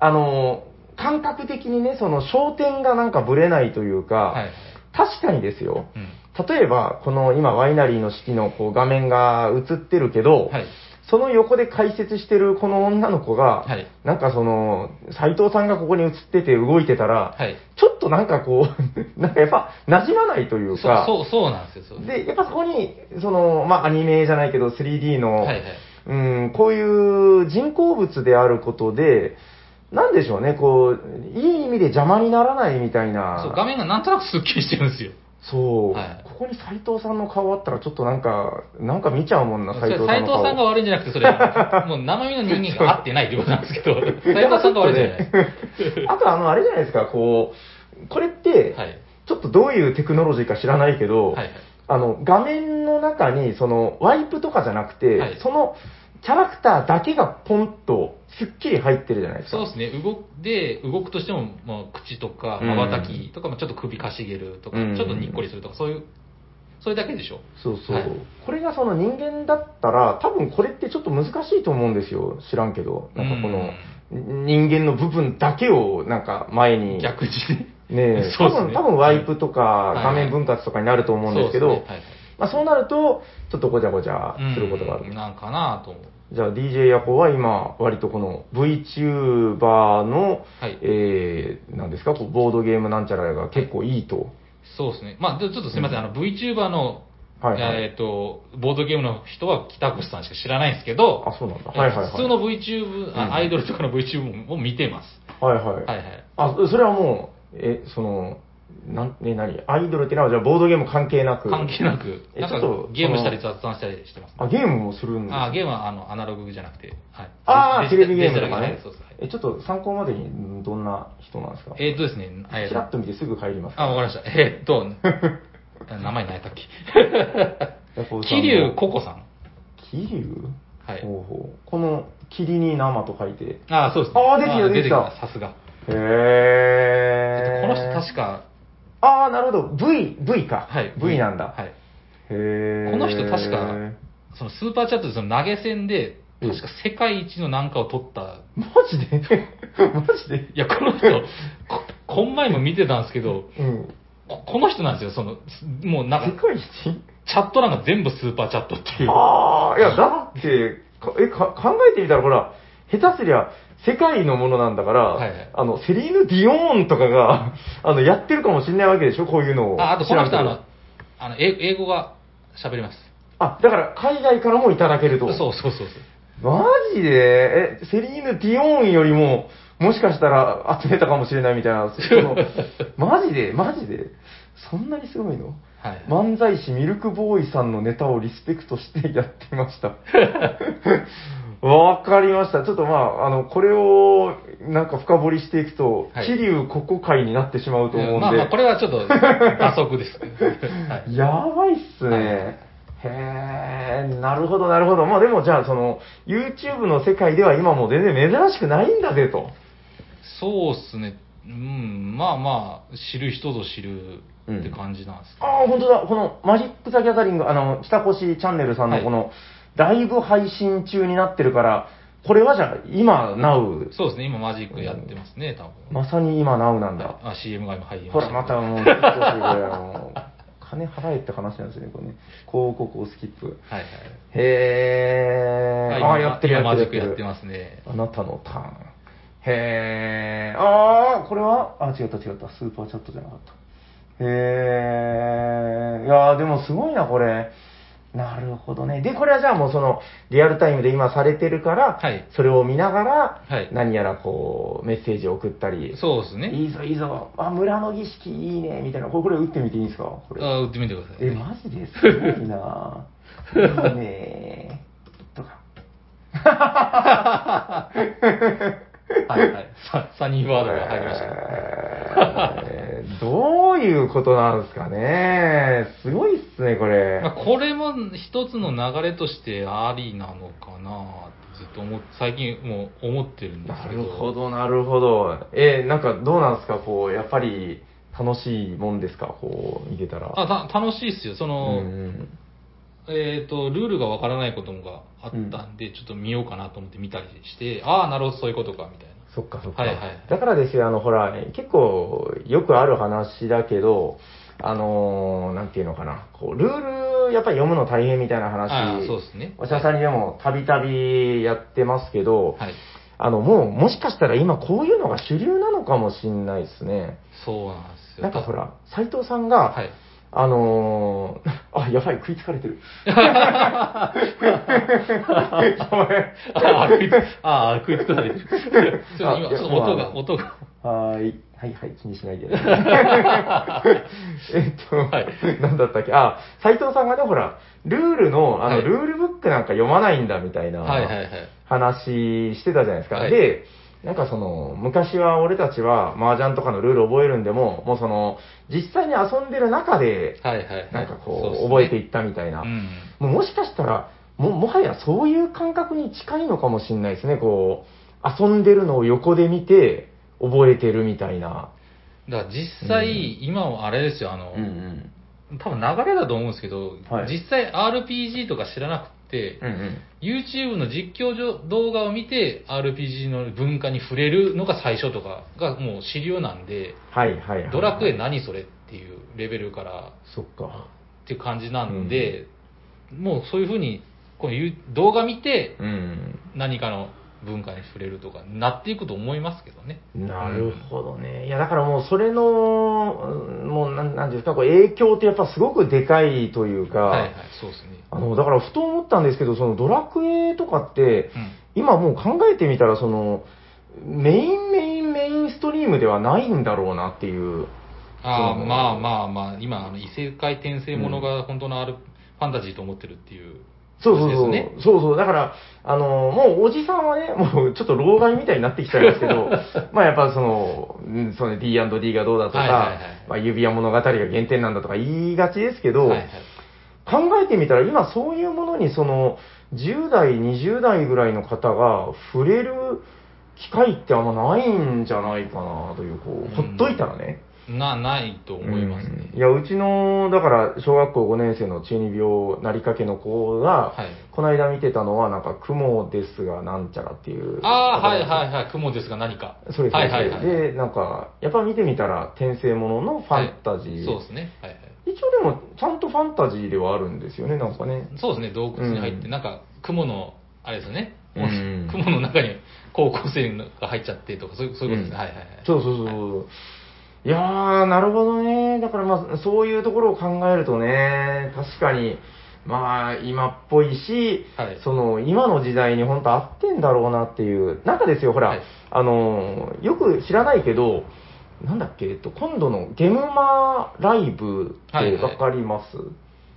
B: あの、感覚的にね、その、焦点がなんかぶれないというか、
A: はい。
B: 確かにですよ。
A: うん。
B: 例えば、この今、ワイナリーの式のこう画面が映ってるけど、
A: はい。
B: その横で解説してるこの女の子が、
A: はい。
B: なんかその、斎藤さんがここに映ってて動いてたら、
A: はい。
B: ちょっとなんかこう、 なんかやっぱ、馴染まないというか、
A: そう、そう、そうなんですよ、そう。
B: で、やっぱそこに、その、まあ、アニメじゃないけど、3D の、
A: はいはい。
B: うん、こういう人工物であることで、なんでしょうね、こう、いい意味で邪魔にならないみたいな。
A: そう、画面がなんとなくスッキリしてるんですよ。
B: そう、
A: はい
B: ここに斎藤さんの顔あったら、ちょっとなんか、なんか見ちゃうもんな、
A: そ
B: 斎
A: れ
B: 藤さ
A: 斉
B: んの
A: 藤
B: 顔。
A: さんが悪いんじゃなくて、それ、 もう生身の人間が合ってないってことなんですけ ど、斉
B: や
A: 藤さんが悪いんじゃない。
B: あと、あの、あれじゃないですか、こう、これって、
A: はい。
B: ちょっとどういうテクノロジーか知らないけど、
A: はいはい。
B: あの、画面の中に、その、ワイプとかじゃなくて、
A: はい
B: その、キャラクターだけがポンと、すっきり入ってるじゃないですか。
A: そうですね、動くで動くとしても、まあ、口とか、
B: うん
A: まばたきとか、まあちょっと首かしげるとか、
B: うん
A: ちょっとにっこりするとか、そういう、それだけでしょ。
B: そうそう
A: はい
B: これがその人間だったら、多分これってちょっと難しいと思うんですよ。知らんけど。なんかこの、人間の部分だけを、なんか前に。
A: 逆にね。
B: ねえ、
A: そう
B: 多
A: です
B: 分、
A: ね
B: 多分ワイプとか
A: はい
B: 画面分割とかになると思うんですけど、
A: そうですねはい
B: まあそうなると、ちょっとごちゃごちゃ
A: はい
B: することがある。
A: うんなんかなと思う。
B: じゃあ DJ ヤコは今、割とこの VTuber の、
A: はい
B: えー、なんですか、こうボードゲームなんちゃらが結構いいと。
A: そうですね。まあ、でちょっとすみません、あの、VTuber の、
B: はいはい
A: えっ、と、ボードゲームの人は北越さんしか知らないんですけど、
B: あ、そうなんだ。はいはいはい。
A: 普通の VTube、あ
B: うん
A: アイドルとかの VTube も見てます。
B: はいはい。
A: はいはい。
B: あ、それはもう、え、その、なん、え、何アイドルってのは、じゃあボードゲーム関係なく。
A: 関係なく、
B: え
A: なん
B: ちょっ
A: か
B: と
A: ゲームしたり
B: そ
A: 雑談したりしてます。
B: あ、ゲームもするんです
A: あ
B: か
A: ゲームはあのアナログじゃなくて、はい。
B: あーテ
A: デジ
B: レビゲームとか
A: デジタルゲー
B: ね
A: ムそうそうはい。
B: え、ちょっと参考までにどんな人なんですか
A: えっ、とですね、えー
B: ちらっと見てすぐ帰ります
A: あ、わかりました。えーっと、 名前何やったっけ
B: りました
A: 桐生ココさん。
B: 桐生
A: はい
B: ほうほうこの、霧に生と書いて。
A: あーそうですね。
B: あー出てきた
A: あ
B: 出てき
A: さ
B: た
A: すが。
B: へ
A: えっ
B: え。
A: とこの人確か、
B: ああ、なるほど。V、V か。
A: はい
B: V なんだ。
A: はい。
B: へえ。
A: この人確か、そのスーパーチャットでその投げ銭で、確か世界一のなんかを取った。
B: マジで マジで
A: いや、こ の人、こ、こん前も見てたんですけど、
B: うん。
A: ここの人なんですよ、その、すもうな
B: 世
A: んか、
B: 界一
A: チャット欄が全部スーパーチャットっていう。
B: ああ、いや、だって、かえか考えてみたら、ほら、下手すりゃ、世界のものなんだから、
A: はいはい
B: あの、セリーヌ・ディオーンとかが、 あの、やってるかもしれないわけでしょ、こういうのを。
A: あ、あとこの人あ
B: 調べて
A: の、あの、英英語が喋ります。
B: あ、だから、海外からもいただける
A: そ
B: と。
A: うそうそうそう。
B: マジでえ、セリーヌ・ディオーンよりも、もしかしたら集めたかもしれないみたいな、そ のマジでマジでそんなにすごいの
A: はい。
B: 漫才師ミルクボーイさんのネタをリスペクトしてやってま した。わかりました。ちょっとまあ、あの、これをなんか深掘りしていくと、
A: はい
B: 桐生ここ会になってしまうと思うんで、
A: まあまあ、これはちょっと、打足です。 はい。
B: やばいっすね。
A: はい
B: へえ、なるほど、なるほど。まあでもじゃあ、その、YouTube の世界では今もう全然珍しくないんだぜと。
A: そうっすね。うん、まあまあ、知る人ぞ知るって感じなんですか、
B: ああ、本当だ。このマジック・ザ・ギャザリング、あの、北越チャンネルさん
A: は
B: の
A: い
B: この、ライブ配信中になってるから、これはじゃあ、今、なう。
A: そうですね、今マジックやってますね、多分。
B: まさに今、なうなんだ。
A: あ、CM が今入りま
B: ほ
A: し
B: ら、
A: た。
B: またもう、ちょっとこれ、あの、金払えって話なんですよね、これね。広告をスキップ。
A: はいは
B: へえ
A: い。。
B: あ
A: は
B: あ、
A: い、
B: やってる
A: 今
B: や
A: マ
B: って
A: ジック
B: るや
A: や
B: っ
A: ってて
B: る。
A: ますね。
B: あなたのターン。へえ。ああ、これはあ、違った違った。スーパーチャットじゃなかった。へえ。いやーでもすごいな、これ。なるほどね。で、これはじゃあもうその、リアルタイムで今されてるから、
A: はい
B: それを見ながら、
A: はい
B: 何やらこう、メッセージを送ったり、
A: そうですね。
B: いいぞいいぞ、あ、村の儀式いいね、みたいな。これ、これ打ってみていいんですかこれ
A: あ打ってみてください。
B: え、マジですご いなぁ。いいねーとか。
A: はいはい。さサニーワードが入りました。
B: えーどういうことなんですかね。すごいっすね、これ。
A: まあこれも一つの流れとしてありなのかなってずっと思っ最近もう思ってるんです
B: な
A: けど。
B: るほど、なるほど。えーなんかどうなんですか、こう、やっぱり楽しいもんですか、こう、見てたら。
A: あた楽しいっすよ。その、
B: うん
A: えっ、と、ルールがわからないことがあったんで、ちょっと見ようかなと思って見たりして、ああ、なるほど、そういうことか、みたいな。
B: そっかそっか、
A: はいはい
B: だからですよ、あの、ほら、結構よくある話だけど、あのーなんていうのかな、こう、ルール、やっぱり読むの大変みたいな
A: あ
B: 話、
A: あそうですね
B: おしゃさんにでもたびたびやってますけど、
A: はい。
B: あの、もう、もしかしたら今こういうのが主流なのかもしんないですね。
A: そうなんですよ。
B: なんかほ
A: ら、
B: ら、斎藤さんが、
A: はい。
B: あのー、 あ、やばい、食いつかれ てる。やばい。
A: ああ、食いつ、ああ、食いつくなり。ちょっと
B: あい
A: 今、
B: や
A: ちょっと音
B: まあ
A: が、音が。
B: はーい。はいはい、気にしな いで。えっと、
A: はい
B: なんだったっけあ、斎藤さんがね、ほら、ルールの、あの、
A: はい
B: ルールブックなんか読まないんだみたいな、
A: はいはいはい。
B: 話してたじゃないですか。
A: はい
B: で、なんかその、昔は俺たちは麻雀とかのルール覚えるんでも、もうその、実際に遊んでる中で、
A: はいはいはい。
B: なんか
A: そ
B: こ
A: っす
B: う、
A: ね
B: 覚えていったみたいな。
A: うん。
B: もうもしかしたら、も、もはやそういう感覚に近いのかもしれないですね。こう、遊んでるのを横で見て、覚えてるみたいな。
A: だから実際、今はあれですよ、あの、多分流れだと思うんですけど、
B: はい
A: 実際 RPG とか知らなくって、
B: うんうん。
A: YouTube の実況上動画を見て RPG の文化に触れるのが最初とかがもう主流なんで、
B: はいはいはい。
A: ドラクエ何それっていうレベルから
B: そっか。
A: っていう感じなんで、もうそういうふうにこの You- 動画見て
B: うん。
A: 何かの文化に触れるとかなっていくと思いますけどね。
B: なるほどね。いや、だからもうそれの、うんもうなんなんていうんですか、こう影響ってやっぱすごくでかいというか、
A: はいはい、そうですね。
B: あの、だからふと思ったんですけど、そのドラクエとかって、
A: うん
B: 今もう考えてみたら、その、メインメインメインストリームではないんだろうなっていう。
A: ああ、
B: そう
A: まあまあまあ、今、あの異世界転生ものが本当のある、ファンタジーと思ってるっていう。
B: そうそうそう。
A: ですね
B: そうそう。だから、あの、もうおじさんはね、 もうちょっと老害みたいになってきちゃいますけ ど、まあやっぱその、うんその D&D がどうだとか、
A: はいはいはい
B: まあ指輪物語が原点なんだとか言いがちですけど、
A: はいはい、
B: 考えてみたら今そういうものにその、10代、20代ぐらいの方が触れる機会ってあんまないんじゃないかなという、こう、ほっといたらね。
A: な、ないと思いますね。
B: うんいや、うちの、だから、小学校5年生の中二病なりかけの子が、
A: はい
B: この間見てたのは、なんか、雲ですが、なんちゃらっていう。
A: ああ、はい
B: い。
A: はいはい、雲ですが何か。
B: そうです、
A: はいはいはい。
B: で、なんか、やっぱ見てみたら、転生もののファンタジー。
A: そうですね。はいはい。
B: 一応でも、ちゃんとファンタジーではあるんですよね、なんかね。
A: そうですね、洞窟に入って、
B: うん
A: なんか、雲の、あれですよね、
B: うん
A: 雲の中に高校生が入っちゃってとか、そういうそういうことですね、
B: うん
A: はいはいはい。
B: そうそうそうそう。い、やー、なるほどね。だからまあ、そういうところを考えるとね、確かに、まあ、今っぽいし、
A: はい
B: その、今の時代に本当合ってんだろうなっていう。なんかですよ、ほら、
A: はい
B: あのー、よく知らないけど、なんだっけ、えっと、今度のゲムマライブ
A: は
B: っ
A: い
B: て
A: はい
B: わかります、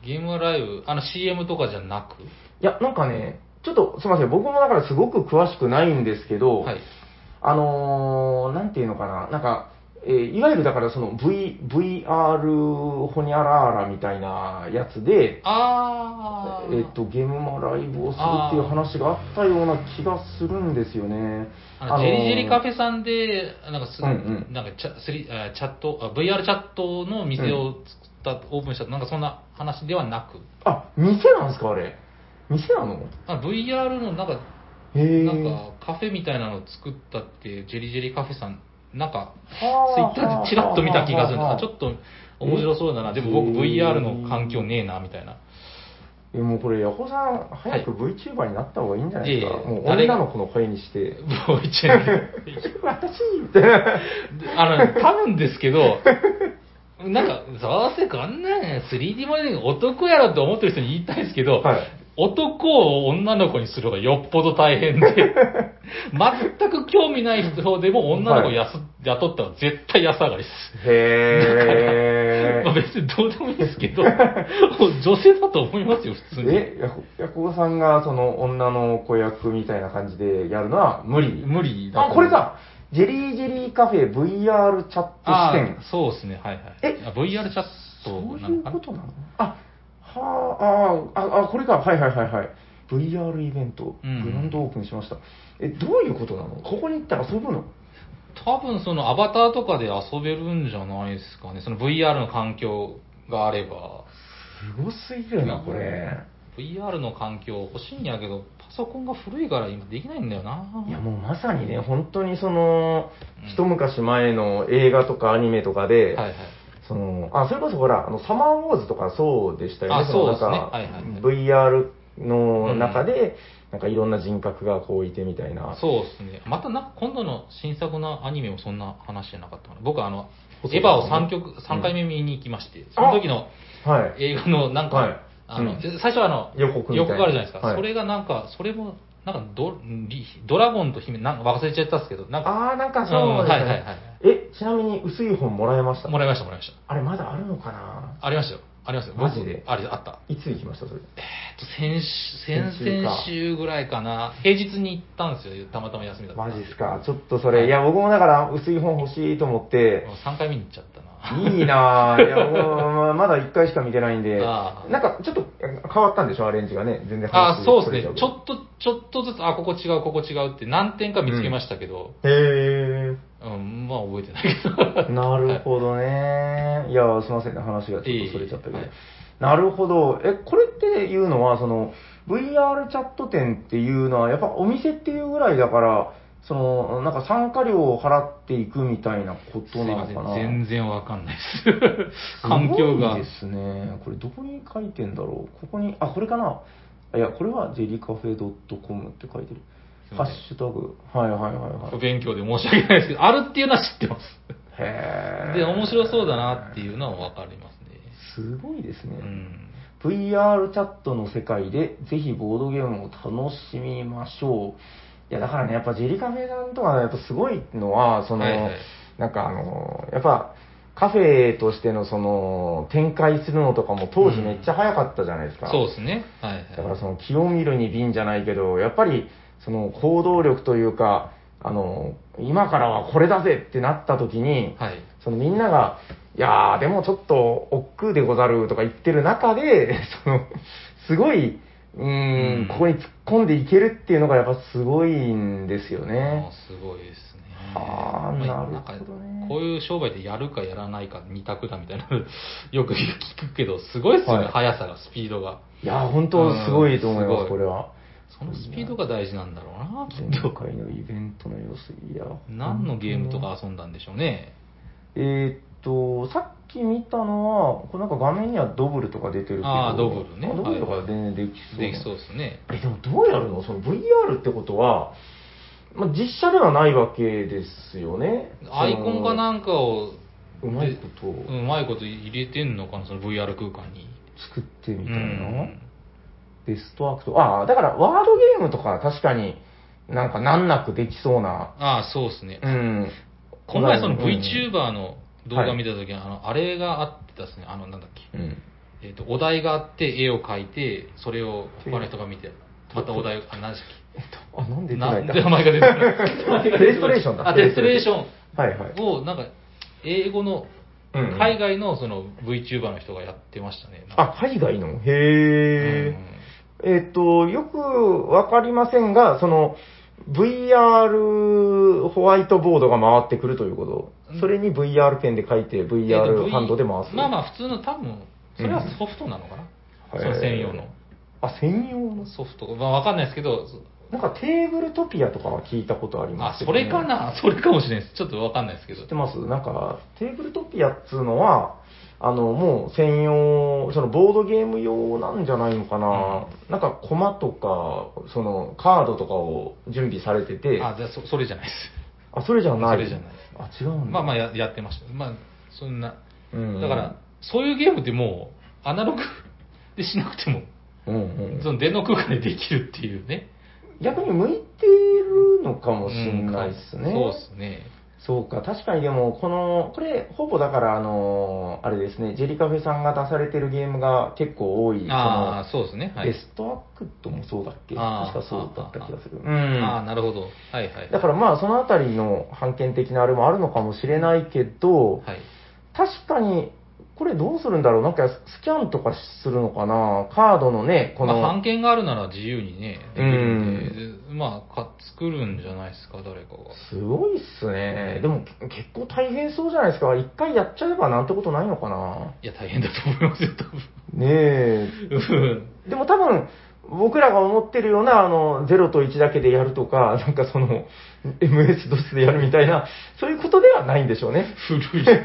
B: い
A: ゲームライブ、あの CM とかじゃなく、
B: や、なんかね、ちょっとすいません、僕もだからすごく詳しくないんですけど、
A: はい。
B: あのー、なんていうのかな、なんか、えーいわゆるだからその V、VR ホニャラーラみたいなやつで、
A: ああ、
B: えっ、と、ゲームマライブをするっていう話があったような気がするんですよね。
A: あのジェリジェリカフ
B: ェ
A: ェさんで、なんかす、
B: うんうん
A: なんかチャスリあチャットあ、VR チャットの店を作った、オープンした、なんかそんな話ではなく、
B: あ、店なんですか、あれ。店なの
A: あ VR のなんか、
B: へえ。
A: なんかカフェみたいなのを作ったって、ジェリジェリカフェさん、なんか、
B: ツイ
A: ツイッターでチラッと見た気がするんですあちょ
B: と
A: っと面白そうだな、でも僕
B: えー
A: VR の環境ねえな、みたいな。
B: えもうこれ、ヤホさん、早く VTuber になった方がいいんじゃないですか。
A: いえいえ
B: もう
A: 誰が
B: 女の子の声にして、
A: もう一年。
B: 私みたいな。
A: あの、多分ですけど、なんか、どうせこんなん 3D モデル男やろって思ってる人に言いたいんですけど、
B: はい
A: 男を女の子にするのがよっぽど大変で、 全く興味ない人でも女の子をやす、雇ったら絶対安上がりです。
B: へ
A: まあ
B: ー。
A: 別にどうでもいいです けど、女性だと思いますよ、普通に。
B: え、ヤコヤコさんがその女の子役みたいな感じでやるのは無理
A: 無理だと
B: あ、
A: 思う
B: これだジェリージェリーカフェ VR チャット視
A: あ
B: 点
A: あ。そうですね、はいはい。
B: え
A: あ VR チャッ
B: そ
A: ト
B: う
A: ないの
B: う
A: か
B: こ
A: な
B: となのあ、はあ、あ、あ、これか。はいはいはいはい。VR イベント、
A: うん
B: グランドオープンしました。え、どういうことなのここに行ったら遊ぶの
A: 多分そのアバターとかで遊べるんじゃないですかね。その VR の環境があれば。
B: すごすぎるな、これ。
A: VR の環境欲しいんやけど、パソコンが古いから今できないんだよない
B: やもうまさにね、本当にその
A: うん、
B: 一昔前の映画とかアニメとかで、
A: はいはい。
B: そのあそれこそほら、あのサマーウォーズとかそうでしたよね、
A: あ
B: の
A: そうですね
B: なんか
A: はいはいはい
B: VR の中で、なんかいろんな人格がこういてみたいな、
A: そうですね。またなんか今度の新作のアニメもそんな話じゃなかったかな。僕あの、
B: そう
A: エ
B: ですね
A: ヴァを3曲、三回目見に行きまして、その時の
B: はい、
A: 映画のなんか、
B: はい
A: あの、
B: うん
A: 最初はあの、
B: 予告みたいな
A: よくあるじゃないですか。
B: はい
A: それがなんか、それも、なんかド、リドラゴンと姫、なんか忘れちゃったんですけど、なんか、
B: ああ、なんかそう
A: うん
B: で
A: は
B: すね、
A: いはいはい
B: え、ちなみに薄い本もらえました
A: もらいました、もらいまし
B: あれ、まだあるのかな
A: た。ありましたよ。ありましたよ。
B: マジで
A: 僕あれ、あった。
B: いつ行きました、そ
A: え
B: れ。
A: ーっと、先週、先
B: 先週か
A: 々週ぐらいかな。平日に行ったんですよ。たまたま休みだった。
B: マジ
A: で
B: っすか、ちょっとそれ、いや、僕もだから薄い本欲しいと思って、
A: 3回見に行っちゃったな。
B: いいな ぁ。いや、もうまだ1回しか見てないんで、
A: ああ
B: なんかちょっと変わったんでしょ、アレンジがね。全然
A: あー、そうです
B: そ
A: ね
B: れ。ち
A: ちょ
B: ゃう
A: っと、ちょっとずつ、あ、ここ違う、ここ違うって何点か見つけましたけど、
B: けど。へ
A: うん、まあ覚えてないけど。
B: ー。なるほどね。いや、すいませんね、話がちょっとそれちゃったけど。
A: いえいえはい
B: なるほど。え、これっていうのは、その、VR チャット店っていうのは、やっぱお店っていうぐらいだから、その、なんか参加料を払っていくみたいなことなの
A: すい
B: か
A: ま
B: な。
A: せん。全然わかんないです。環境が。
B: すごいですね。これどこに書いてんだろう。ここに、あ、これかな。あいや、これはジェリカフェ .com って書いてる。
A: すい
B: ハ
A: ま
B: ッ
A: せん
B: シュタグ。はいはいはい
A: 不
B: はい。
A: 勉強で申し訳ないですけど、あるっていうのは知ってます。
B: へー
A: で、面白そうだなっていうのはわかりますね。
B: すごいですね。
A: うん。
B: VR チャットの世界で、ぜひボードゲームを楽しみましょう。いや、だからね、やっぱジェリカフェさんとか、やっぱすごいのは、その、
A: はいはい
B: なんかあの、やっぱ、カフェとしてのその、展開するのとかも当時めっちゃ早かったじゃないですか。
A: そうですね。はいはい。
B: だからその気を見るに瓶じゃないけど、やっぱりその行動力というか、あの、今からはこれだぜってなった時に、
A: はい。
B: そのみんなが、いやーでもちょっと億劫でござるとか言ってる中で、 その、すごい、うーん
A: うん
B: ここに突っ込んでいけるっていうのがやっぱすごいんですよ
A: も
B: ね
A: う。すごいですね。
B: はあ
A: ま
B: なるほどね
A: んかこういう商売でやるかやらないか二択だみたいな、 よく聞くけど、すごいですよね、
B: はい
A: 速さが、スピードが。
B: いやー本当すごいと思いま
A: うんすご
B: す、
A: い
B: これは。
A: そのスピードが大事なんだろうな、き
B: 前
A: っと。
B: 回のイベントの様子、いやー
A: 何のゲームとか遊んだんでしょうね。
B: えーっと、さっき見たのは、これなんか画面にはドブルとか出てるけど、
A: あードブルね
B: あドブルとか全然できそう。
A: できそうですね。
B: え、でもどうやるのその VR ってことは、まあ、実写ではないわけですよね。
A: アイコンかなんかを、
B: そのうまいこと
A: でうんうまいこと入れてんのかな、その VR 空間に。
B: 作ってみたいな。
A: うん
B: ベストアクト。ああ、だからワードゲームとか確かになんか難なくできそうな。
A: ああ、そうですね
B: う。ん。
A: この前その
B: うん
A: VTuber の動画見たときに、あの、あれがあってですね、あの、なんだっけ。
B: うん。
A: えっとお題があって絵を描いてそれを他の人が見てまたお題あ何でし
B: えっと、あ、な
A: たっ
B: ん
A: け
B: で出て
A: な
B: ない
A: ん
B: ん
A: で
B: だ
A: 名前が出てない
B: デストレーションだ
A: あデストレーショ
B: はいはい。
A: ンをなんか英語の
B: うんうん
A: 海外のその VTuber の人がやってましたねなんか
B: あ、海外のへ
A: う
B: え。
A: ん
B: えっ、と、よくわかりませんが、その、VR ホワイトボードが回ってくるということ。それに VR ペンで書いて、
A: えっと
B: VR
A: V-
B: ハンドで回す。
A: まあまあ普通の多分それはソフトなのかな、
B: うん
A: その専用の
B: あ。専用の
A: ソフトまあわかんないですけど
B: なんかテーブルトピアとかは聞いたことありま
A: あ
B: すけ
A: そ
B: どね
A: れかなそれかもしれないですちょっとわかんないですけど
B: 知ってますなんか、テーブルトピアっつうのは、あの、もう専用、そのボードゲーム用なんじゃないのかな、なんか、コマとか、その、カードとかを準備されてて、
A: あじゃあそそれじゃないです
B: あ、それじゃない。
A: それじゃない
B: あ、違うんだ。
A: まあまあややってましたまあそんな
B: うん、
A: だから、、そういうゲームってもう、アナログ でしなくても、
B: うんうん
A: その電脳空間でできるっていうね。
B: 逆に向いてるのかもしれ
A: うん
B: ないですね。
A: そうですね。
B: そうか、確かにでも、この、これ、ほぼだから、あのーあれですね、ジェリカフェさんが出されてるゲームが結構多い、
A: ああ、そうですね。
B: その
A: はい
B: ベ。ストアクトもそうだっけ
A: あー
B: 確かそうだった気がする。う
A: ああ、
B: ん。
A: なるほど。はいはい。
B: だからまあ、そのあたりの判権的なあれもあるのかもしれないけど、
A: はい。
B: 確かに、これどうするんだろうなんか、スキャンとかするのかなカードのね、こ
A: ま
B: の。
A: あ、判権があるなら自由にね、できるんで、でまあ、か作るんじゃないですか、誰かが。
B: すごいっすね。でもけ結構大変そうじゃないですか。一回やっちゃえばなんてことないのかない
A: や、大変だと思いますよ、多
B: ね
A: 分。
B: え。でも多分、僕らが思ってるような、あの、0と1だけでやるとか、なんかその、MS ドスでやるみたいな、そういうことではないんでしょうね。
A: 古い。
B: た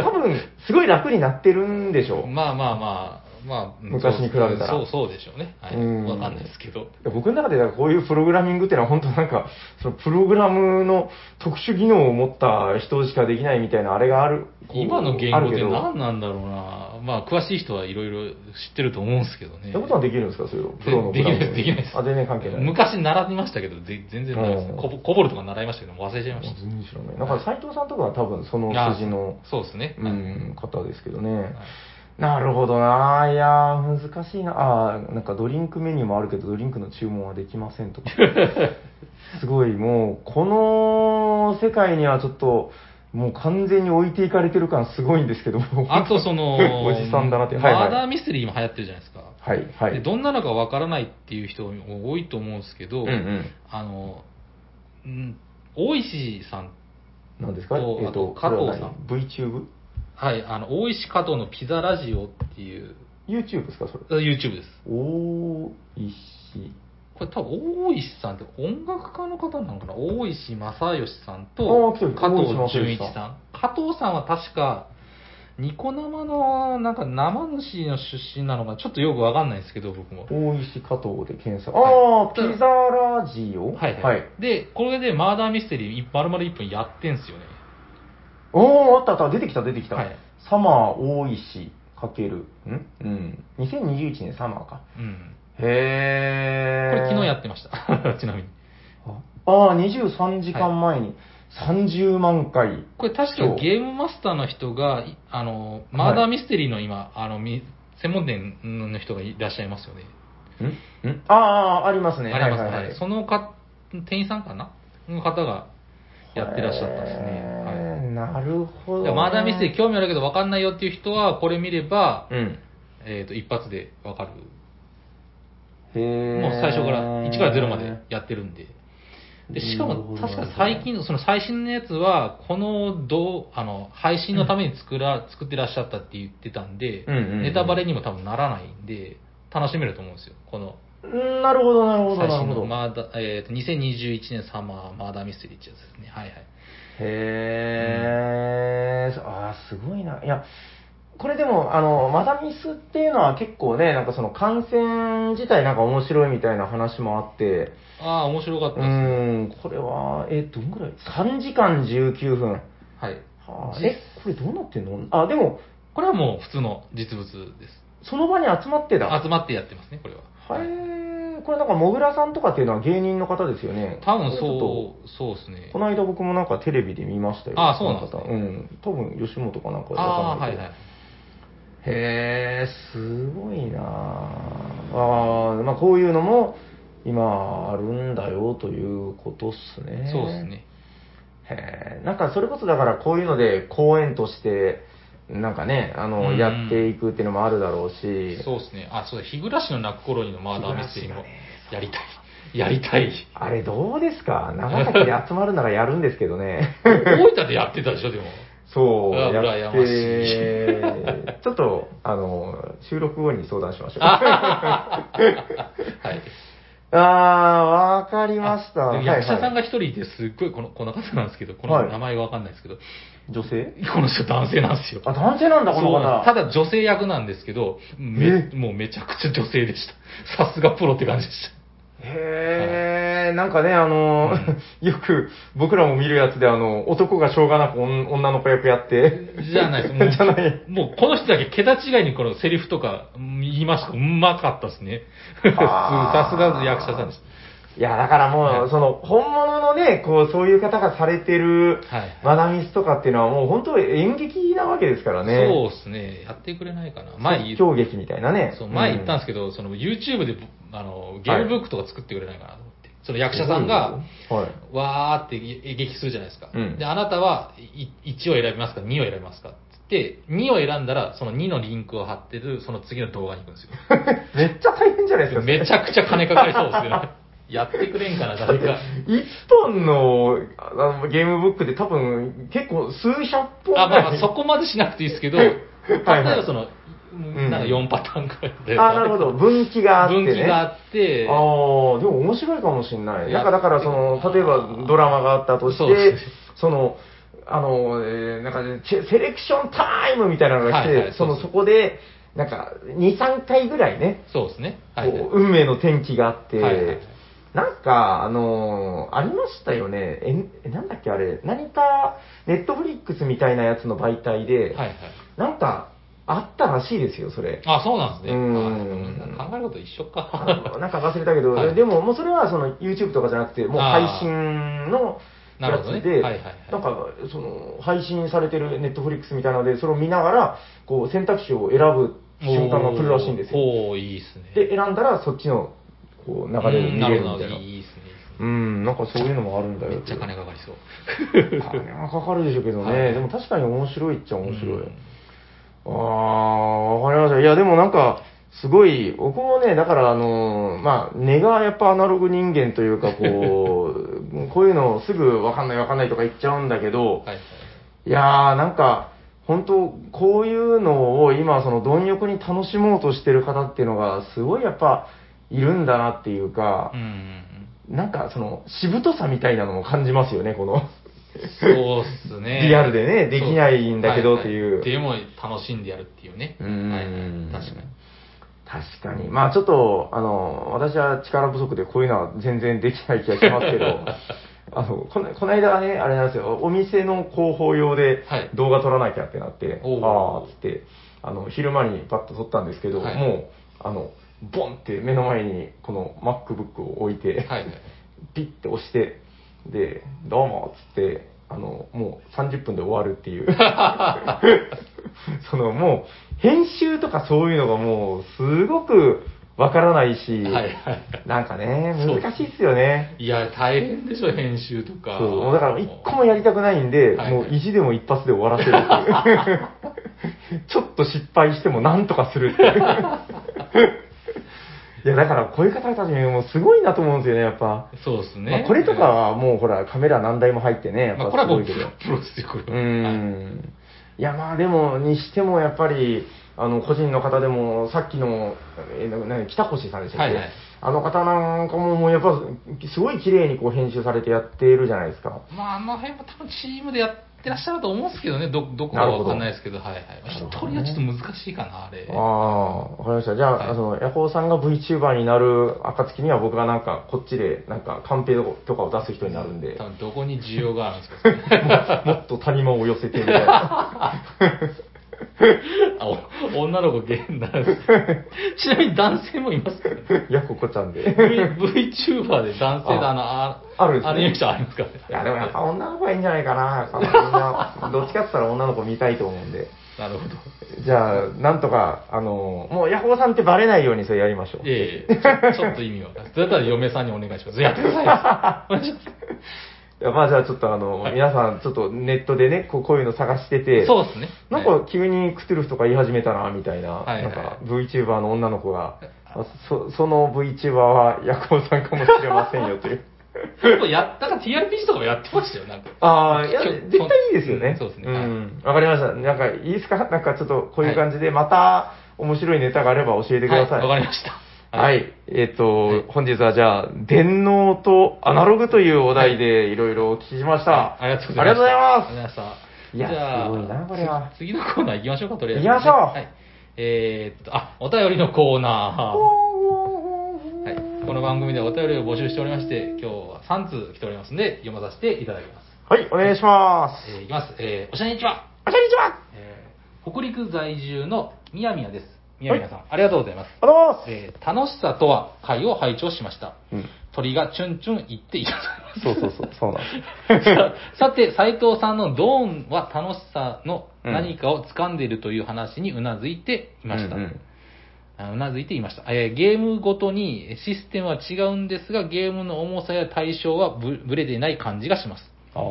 B: 多分、すごい楽になってるんでしょう。
A: まあまあまあ、まあ、
B: 昔に比べたら
A: そう、そうでしょうね。は
B: う
A: い。
B: ん
A: わかんないですけど。
B: 僕の中でだからこういうプログラミングっていうのは本当なんか、そのプログラムの特殊技能を持った人しかできないみたいなあれがある。こう
A: 今の言
B: あ
A: 語っ
B: るけ
A: て
B: ど
A: 何なんだろうな、まあ、詳しい人はいろいろ知ってると思うんですけどね。
B: やることはできるんですか、それを。プロの
A: でできないで
B: ブラン
A: す、
B: ド
A: できないです。
B: あ、全然関係ない。
A: 昔習いましたけど、ぜ全然ダメです
B: うん
A: こぼ。こぼるとか習いましたけど、忘れちゃいまし
B: 全然知らない。だから斎藤さんとかは多分その
A: た。
B: 筋の、
A: あそうですね。
B: う
A: はい
B: ん、方ですけどね。
A: はい
B: なるほどなぁ。いやー難しいなあーなんかドリンクメニューもあるけど、ドリンクの注文はできません とか。すごい、もう、この世界にはちょっと、もう完全に置いていかれてる感すごいんですけども。
A: あと、その、
B: おじさんだなって。はい
A: マーダ
B: は
A: ー
B: い。
A: ミステリー今流行ってるじゃないですか。
B: はいは
A: で
B: い。
A: どんなのかわからないっていう人も多いと思うんですけど、
B: うんうん。
A: あの、うん大石さん、
B: 何ですかえっ
A: とあと
B: と、
A: 加藤さん
B: これは何 ?VTube?
A: はい、あの、大石加藤のピザラジオっていう、
B: YouTube ですか、それ。
A: YouTube です。
B: 大石。
A: これ多分、大石さんって音楽家の方なのかな大石正義さん
B: あ
A: と
B: ー来てる、
A: 加藤
B: 大石正
A: 純
B: 義
A: 一
B: さん
A: さん。加藤さんは確か、ニコ生の、なんか生主の出身なのか、ちょっとよくわかんないですけど、僕も。
B: 大石加藤で検索。
A: はい
B: ああ、ピザラジオ
A: はい、
B: は
A: はいい。。で、これでマーダーミステリー、丸々1分やってんすよね。
B: おー、あったあった、出てきた、出てきた。
A: はい
B: サマー大石かける、んうん。2021年サマーか。
A: うん。こ
B: へー。
A: れ昨日やってま した。ちなみに。
B: ああ、23時間前に30万回。
A: これ確か
B: そう
A: ゲームマスターの人が、いあの、マーダーミステリーの今、あの、み専門店の人がいらっしゃいますよね。
B: んんああ、ありますね。
A: ありますね。
B: はいはいはい
A: そのか店員さんかなの方がやってらっしゃったんですね。
B: へーなるほ
A: はいだ
B: ど、
A: からマ
B: ね。
A: ーダーミステリー興味あるけど分かんないよっていう人は、これ見れば、
B: うん。
A: えっ、と、一発で分かる。
B: へー
A: もう最初から、1から0までやってるんで。で、しか
B: なるほ
A: も、
B: ど
A: 確か最近の、その最新のやつは、この、どう、あの、配信のために作ら、作ってらっしゃったって言ってたんで、
B: うんうんうん
A: ネタバレにも多分ならないんで、楽しめると思うんですよ。この、
B: うんなるほど、なるほど、
A: 最
B: な
A: 新
B: るほ
A: の、
B: ど。
A: マーダ、えっ、と、2021年サマー、マーダーミステリーってやつですね。はいはい。
B: へー、あーすごいな。いや、これでも、あの、マダミスっていうのは結構ね、なんかその感染自体なんか面白いみたいな話もあって、
A: ああ、面白かっ
B: う
A: たです。
B: ん、これは、え、どんぐらい ?3 時間19分。
A: はい。
B: はあ
A: 実
B: え、これどうなってんのあ、でも、
A: これはもう普通の実物です。
B: その場に集まってだ。
A: 集まってやってますね、これは。
B: へー、これなんか、もぐらさんとかっていうのは芸人の方ですよね。
A: 多分
B: これちょっと
A: そう、そうですね
B: こ。の間僕もなんかテレビで見ましたよ。
A: あそうなんですね
B: この方うん。多分吉本かなんかで
A: ああ
B: わ
A: ー、
B: かん
A: は
B: な
A: い
B: け
A: い
B: ど
A: はい。
B: へえ、すごいなああーまあこういうのも今あるんだよということっすね。
A: そうです。ね。
B: へえ、なんかそれこそだからこういうので公演として、なんかね、あ
A: うんう
B: の、
A: ん
B: やっていくっていうのもあるだろうし、
A: そうですね。あ、そうだ、日暮らしの泣く頃にのマーダーミステリーも
B: 日暮らしがね
A: やりたい。やりたい。
B: あれどうですか長崎で集まるならやるんですけどね。
A: 大分でやってたでしょ、でも。
B: そう、
A: うわ
B: やっ
A: 羨
B: て、 ちょっと、あの、収録後に相談し ましょう。
A: はい。
B: あー、わかりました。
A: でも
B: はいはい
A: 役者さんが一人いて、すっごいこの、この方なんですけど、この
B: はい
A: 名前がわかんないですけど、
B: 女性
A: この人男性なんですよ。
B: あ、男性なんだ、この
A: そうなん
B: 方。
A: ですただ女性役なんですけど、め
B: え
A: もうめちゃくちゃ女性でした。さすがプロって感じでした。
B: へえ、なんかね、あの、 よく僕らも見るやつで、あの、男がしょうがなく女女の子役やって、
A: じゃないです。もう
B: じゃない。
A: もうこの人だけ桁違いにこのセリフとかうん言いました。うまかったですね。す
B: あー
A: さすが役者さんでし
B: いや、だからもう、
A: はい
B: その、本物のね、こう、そういう方がされてる、
A: た。はい。
B: マダミスとかっていうのはもう本当演劇なわけですからね。
A: そうですね。やってくれないかな。前言
B: 即興劇みたいなね。
A: そう前言ったんです
B: け
A: けど、その YouTube であのゲームブックとか作ってくれないかなと思って。その役者さんが、、
B: はい。
A: わーって演劇するじゃないですか。
B: うん
A: で、あなたはい1を選びますか、2を選びますかって言って、2を選んだら、その2のリンクを貼ってる、その次の動画に行くんですよ。
B: めっちゃ大変じゃないですか。
A: めちゃくちゃ金かかりそうですよ ね。やってくれんかな、
B: だっ
A: 誰
B: て
A: か。
B: 一本のあのゲームブックで多分結構数百本ぐらい
A: あ、まあまあ、そこまでしなくていいですけど、
B: はい
A: 例
B: はい
A: えばその、
B: ん
A: なんか4パターンくらいで、
B: あなるほど。分岐があってね。
A: 分岐があって、
B: あーでも面白いかもしれない。なんかだからその、例えばドラマがあったとし
A: そうで
B: て
A: すね、
B: その、あの、えーなんかね、チェセレクションタイムみたいなのが来て、
A: はいはい
B: その
A: そう
B: そ
A: そう
B: こで、なんか、2、3回ぐらいね、
A: そうですね。
B: こ。
A: はい、はいう
B: 運命の転機があって、
A: はいはいはい
B: なんか、あのーありましたよね。ええ、なんだっけあれ、何か、ネットフリックスみたいなやつの媒体で、
A: はいはい。
B: なんか、あったらしいですよ、それ。
A: あ、そうなんですね。
B: うーん
A: あ考えること一緒
B: あ
A: か。
B: のなんか忘れたけど、
A: はい
B: でも、もうそれはその YouTube とかじゃなくて、もう配信の
A: なるほどね
B: やつで、
A: はいはいはい
B: なんか、その、配信されてる Netflix みたいなので、それを見ながら、こう、選択肢を選ぶ瞬間が来るらしいんですよ。
A: おーおーいいですね。
B: で、選んだら、そっちの、
A: う
B: こう、流
A: ん、
B: れを見
A: な
B: れ
A: る
B: る
A: ほ
B: み
A: ど
B: たいな。
A: いいですね。
B: うん、なんかそういうのもあるんだよ。
A: めっちゃ金かかりそう。
B: 金はかかるでしょうけどね、
A: はい
B: でも確かに面白いっちゃ面白い。
A: うん
B: ああ、わかりました。いや、でもなんか、すごい、僕もね、だから、あのーまあ、根がやっぱアナログ人間というか、こう、こういうのすぐわかんないわかんないとか言っちゃうんだけど、
A: はい。
B: いやー、なんか、本当、こういうのを今、その貪欲に楽しもうとしてる方っていうのが、すごいやっぱ、いるんだなっていうか
A: う、ん。
B: なんかその、しぶとさみたいなのも感じますよね、この。
A: そうっすね。
B: リアルでねできないんだけど
A: そ
B: っていう
A: ははでも楽しんでやるっていうね。
B: う
A: は
B: ー
A: い
B: ん
A: はい、確かに。
B: 確かに。まあちょっと、あの、私は力不足でこういうのは全然できない気がします けど、あの、この、この間ね、あれなんですよ、お店の広報用で
A: はい
B: 動画撮らなきゃってなって、
A: おー
B: ああ、つって、あの、昼間にパッと撮ったんですけど、
A: はい
B: もう、あの、ボンって目の前にこの MacBook を置いて、
A: はいはい。
B: ピッて押して、で、どうもっつって、あの、もう30分で終わるっ ていう。そのもう、編集とかそういうのがもう、すごくわからないし、
A: はいはいは
B: なんかね、
A: そう
B: 難しいっすよね。
A: いや、大変でしょ、編集とか。
B: そう、もうだから一個もやりたくないんで、
A: はい
B: もう意地でも一発で終わらせるっ ていう。ちょっと失敗してもなんとかするっていう。いや、だからこういう方たちもすごいなと思うんですよね、やっぱ。
A: そうですね。
B: まあ、これとかはもうほら、カメラ何台も入ってね、やっ
A: まあ、これ
B: ぱす
A: はもう
B: ごいけ
A: プ
B: ど
A: ロ。プロですよ、こ
B: う
A: れは。はい
B: ん。いや、まあでも、にしてもやっぱり、あの、個人の方でも、さっきの、えー、なな北越さんでしたっけ、
A: はいはい
B: あの方なんかも、もうやっぱ、すごい綺麗にこう編集されてやっているじゃないですか。
A: まあ、あの辺は多分チームでやってらっしゃると思うんですけどね、ど、どこかはわかんないですけど、はいはい。
B: な
A: 一
B: るほ
A: 人
B: どね
A: はちょっと難しいかな、あれ。
B: ああ、わかりました。じゃあ、
A: はい
B: あの、ヤホーさんが VTuber になる暁には僕がなんか、こっちで、なんか、カンペとかを出す人になるんで
A: 多、分どこに需要があるんです か、ね、
B: もっと谷間を寄せてみたい な。
A: あお女の子現代。ちなみに男性もいますからね。
B: ヤココちゃんで。
A: V- VTuber で男性だな、
B: ああるんですね
A: アニメーションありますからね。
B: いや、でもやっぱ女の子がいいんじゃないかな。やっぱみん な、どっちかって言ったら女の子見たいと思うんで。
A: なるほど。
B: じゃあ、なんとか、あの、もうヤホーさんってバレないようにそれやりましょう。
A: ええちょちょっと意味わかんない。だったら嫁さんにお願いし ます。やってくださいよ。お願いします
B: いやまあじゃあちょっとあの、
A: はい
B: 皆さんちょっとネットでね、こうこういうの探してて、
A: そうですね。
B: なん
A: はい
B: か急にクトゥルフとか言い始めたな、みたいな、
A: はいはい
B: なんか VTuber の女の子が、あそその VTuber はヤコーさんかもしれませんよという。
A: 結構やったか TRPG とかもやってましたよ、なんか。
B: ああ、いや、
A: 今日
B: 絶対いいですよ
A: う
B: ね
A: ん。そうですね
B: う
A: はい
B: ん。わかりました。なんか、いいですかなんかちょっと、こういう感じで、また、面白いネタがあれば教えてください。
A: はい、わかりました。。
B: はいい。えっ、と、
A: はい
B: 本日はじゃあ、電脳とアナログというお題でいろいろお聞きしました、
A: ありがとうございます。
B: ありがとうございます。
A: す
B: いや
A: じゃあ
B: すごいなこれは
A: つ次のコーナー行きましょうか、とりあえず。
B: 行きましょう
A: はい。えーっと、あ、お便りのコーナー。はい、この番組ではお便りを募集しておりまして、今日は3通来ておりますので、読まさせていただきます。
B: はい、お願いします。
A: えーいきます。えーおしゃにちは、
B: あ、こんにちは
A: えー北陸在住のみやみやです。みやみやさん、ありがとうございます。
B: ありがとうございます。
A: えー楽しさとは会を拝聴しました。
B: うん
A: 鳥がチュンチュン言っていただき
B: そうそうそう、そうなんです。
A: ます。さて、斉藤さんのドーンは楽しさの何かを掴んでいるという話にうなずいていました。
B: うんうん
A: あうなずいていました、えーゲームごとにえーシステムは違うんですが、ゲームの重さや対象はぶぶれていない感じがします。
B: あー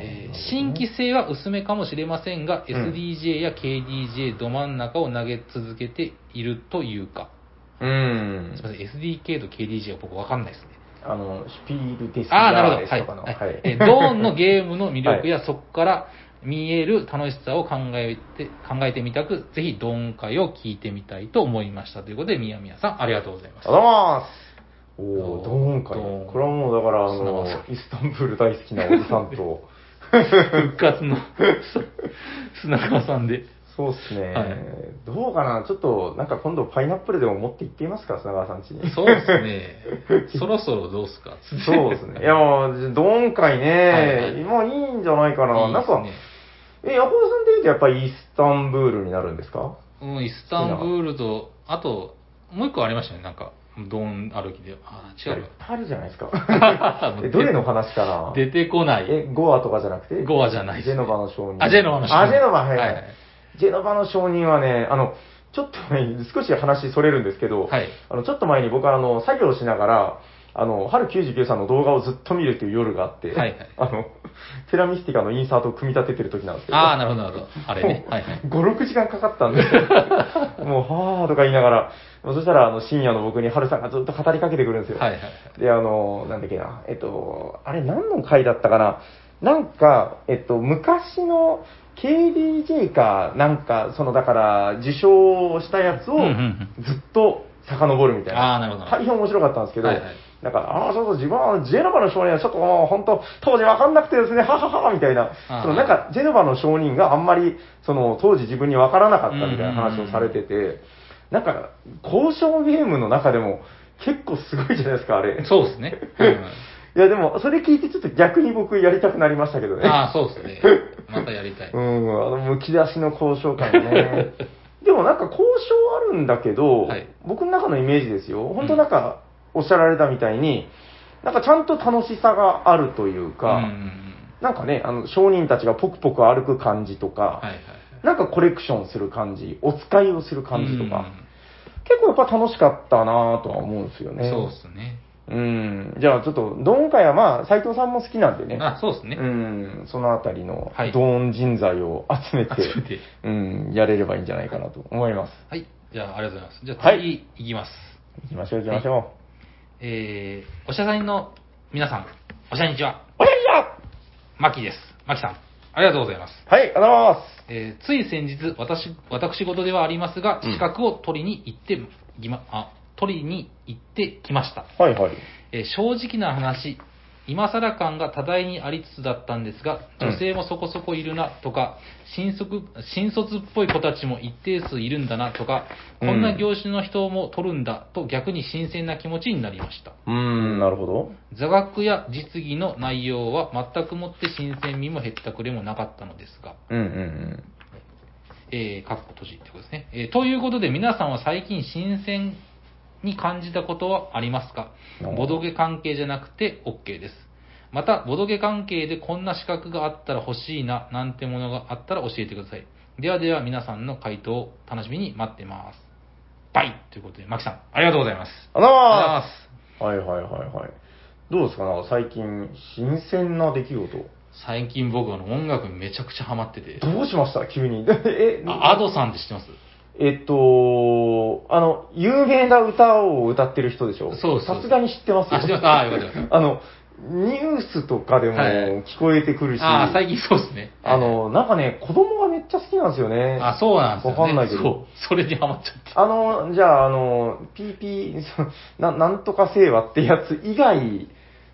A: えー新規性は薄めかもしれませんが、
B: うん
A: SDJ や KDJ ど真ん中を投げ続けているというか、
B: うん
A: す。みません、SDK と KDJ は僕わかんないですね。
B: あの、シュピールです
A: ああ、なるほど。
B: の
A: はい。
B: は
A: はいい、えードーンのゲームの魅力や、そこから見える楽しさを考えて、考えてみたく、ぜひドーン会を聞いてみたいと思いました。ということで、みやみやさん、ありがとうございま
B: ありがとうござい
A: す。
B: ます。おお、ドーン会。
A: ドーン
B: これはもうだから、あ
A: 砂
B: の
A: 場、
B: イスタンブール大好きなおじさん と、
A: 復活 の砂川さんで。
B: そうですね、
A: はい
B: どうかな、ちょっと、なんか今度パイナップルでも持って行ってみますか、砂川さん家に。
A: そうですね。そろそろどうすか。
B: そうですね。いや、もうドーン会
A: はいは
B: ね
A: い、
B: 今いいんじゃないかな。
A: いいで
B: なん
A: す
B: か、
A: ね
B: え、ヤコウさんで言うとやっぱりイスタンブールになるんですか
A: うん、イスタンブールと、あと、もう一個ありましたね、なんか、ドーン歩きで。あ、違う
B: いっぱいあるじゃないですか。
A: わ
B: え、どれの話かな
A: 出てこない。
B: え、ゴアとかじゃなくて
A: ゴアじゃないです
B: ジェノバの証人。
A: あ、ジェノバの人
B: あ、ジェノバ、はい、は
A: はいい。
B: ジェノバの証人はね、あの、ちょっとね、少し話それるんですけど、
A: はい
B: あの、ちょっと前に僕はあの、作業しながら、あの、春99さんの動画をずっと見るっていう夜があって、
A: はいはい
B: あの、テラミスティカのインサートを組み立ててる時なんですけど、
A: ああ、なるほど、なるほど。あれ ね。はいはい。
B: 5、6時間かかったんですよ。もう、はーとか言いながら、もうそしたら、あの、深夜の僕に春さんがずっと語りかけてくるんですよ。
A: はいはい。
B: で、あの、なんだっけな、えっと、あれ何の回だったかななんか、えっと、昔の KDJ か、なんか、その、だから、受賞したやつを
A: うんうん、
B: ずっと遡るみたいな。
A: あーなるほど
B: 大変面白かったんですけど、
A: はいはい
B: なんか、あの、ちょっと自分はジェノバの少年はちょっともう、本当当時わかんなくてですね、はははは、みたいな
A: あー。
B: その、なんか、ジェノバの証人があんまり、その、当時自分にわからなかったみたいな話をされてて、なんか、交渉ゲームの中でも、結構すごいじゃないですか、あれ。
A: そうですね。 うん
B: いや、でも、それ聞いてちょっと逆に僕やりたくなりましたけどね。
A: ああ、そうですね。 またやりたい。
B: う
A: うん
B: ん、あの、むき出しの交渉 感ね。でもなんか交渉あるんだけど、
A: はい
B: 僕の中のイメージですよ。本当なんか、おっしゃられたみたいに、なんかちゃんと楽しさがあるというか、なんかね、あの、商人たちがポクポク歩く感じとか、
A: はいはいはい。
B: なんかコレクションする感じ、お使いをする感じとか、
A: うん
B: 結構やっぱ楽しかったなぁとは思うんですよね。
A: そうですね。
B: うん。じゃあちょっと、ドン会はまあ、斎藤さんも好きなんでね。
A: あ、そうですね
B: う。ん、そのあたりの
A: はい
B: ドーン人材を集めて、
A: 初めて。
B: うん、やれればいいんじゃないかなと思います。
A: はい。じゃあ、ありがとうございます。じゃあ、
B: はい
A: 次、い、きます。
B: 行きましょう、行きましょう。
A: えー、おしゃさんの皆さん、おしゃにちは。
B: おや
A: マキです。マキさん、ありがとうございます。
B: じゃはい、ありがとうございま
A: えー、つい先日、私、私事ではありますが、
B: うん
A: 資格を取りに行って、ぎま、あ、取りに行ってきました。
B: す。はい、はい。
A: えー正直な話、今更感が多大にありつつだったんですが、
B: うん
A: 女性もそこそこいるなとか、新卒新卒っぽい子たちも一定数いるんだなとか、
B: うん
A: こんな業種の人も取るんだと逆に新鮮な気持ちになりました。
B: うーん、なるほど。
A: 座学や実技の内容は全くもって新鮮味も減ったくれもなかったのですが、
B: うん、うん、
A: えー、かっこ閉じってことですね、えーということで、皆さんは最近新鮮に感じたことはありますか
B: うん
A: ボドゲ関係じゃなくて OK です。また、ボドゲ関係でこんな資格があったら欲しいな、なんてものがあったら教えてください。ではでは皆さんの回答を楽しみに待ってます。バイということで、マキさん、ありがとうございます。
B: ありがとうございま
A: あ
B: す。はい、はい、はい、はい。どうですかな、最近、新鮮な出来事。
A: 最近僕はあの音楽めちゃくちゃハマってて、
B: どうしました急に。 え、
A: あアドさんって知ってます
B: えっと、あの、有名な歌を歌ってる人でしょ
A: そうそうそう
B: さすがに知ってますよ。
A: あ知ってますあよかったよかっ
B: あの、ニュースとかでも
A: はい
B: 聞こえてくるし、
A: ああ、最近そうですね。
B: あの、なんかね、子供がめっちゃ好きなんですよね。
A: あ、そうなんですよ、ね。
B: わかんないけど
A: そう。それにハマっちゃって。
B: あの、じゃあ、あの、PP、そななんとか聖和ってやつ以外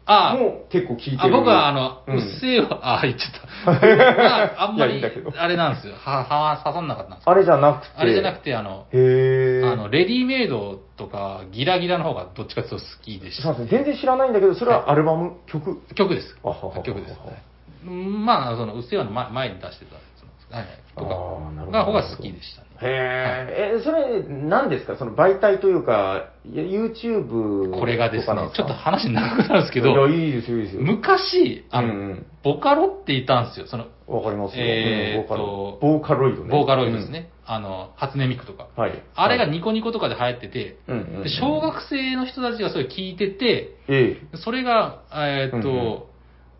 A: ああ、
B: も結構聞いてる。
A: あ僕はあの、
B: うん
A: うっせえわ、あ 言っち ゃった。まあ、あんま
B: い
A: り
B: やいいんだけ、ど
A: あれなんですよ。は、は、刺さんなかったんですよ
B: あれじゃなくて。
A: あれじゃなくて、あの、
B: て。へー
A: あの、レディメイドとか、ギラギラの方がどっちかっていうと好きでし
B: すいま
A: た
B: せ。ん、全然知らないんだけど、それはアルバム、曲。
A: 曲です
B: あはは。
A: 曲です。はいまあ、その、うっせえわの前前に出してたやつなんですけどはい
B: あ
A: は
B: ーな
A: い。
B: るほど
A: とか、が方が好きでしたね。
B: へえ、え、それ、何ですかその媒体というか、いや YouTube
A: これがです
B: とかなん
A: ね、ちょっと
B: っ
A: 話長くなるんですけど、
B: いや、いいですよ、いいです よ。
A: 昔、あ
B: う
A: の、
B: ん
A: ボカロっていたんですよ。その、
B: うん。わかりますよ。
A: えー
B: うんボーカ
A: と
B: ロボーカロイドね。
A: ボーカロイドですね。あの、初音ミクとか。
B: うん。はい。
A: あれが
B: はい
A: ニコニコとかで流行ってて、
B: うんうんうん
A: で小学生の人たちがそれ聞いてて、
B: え
A: それが、えーっと、
B: うんうん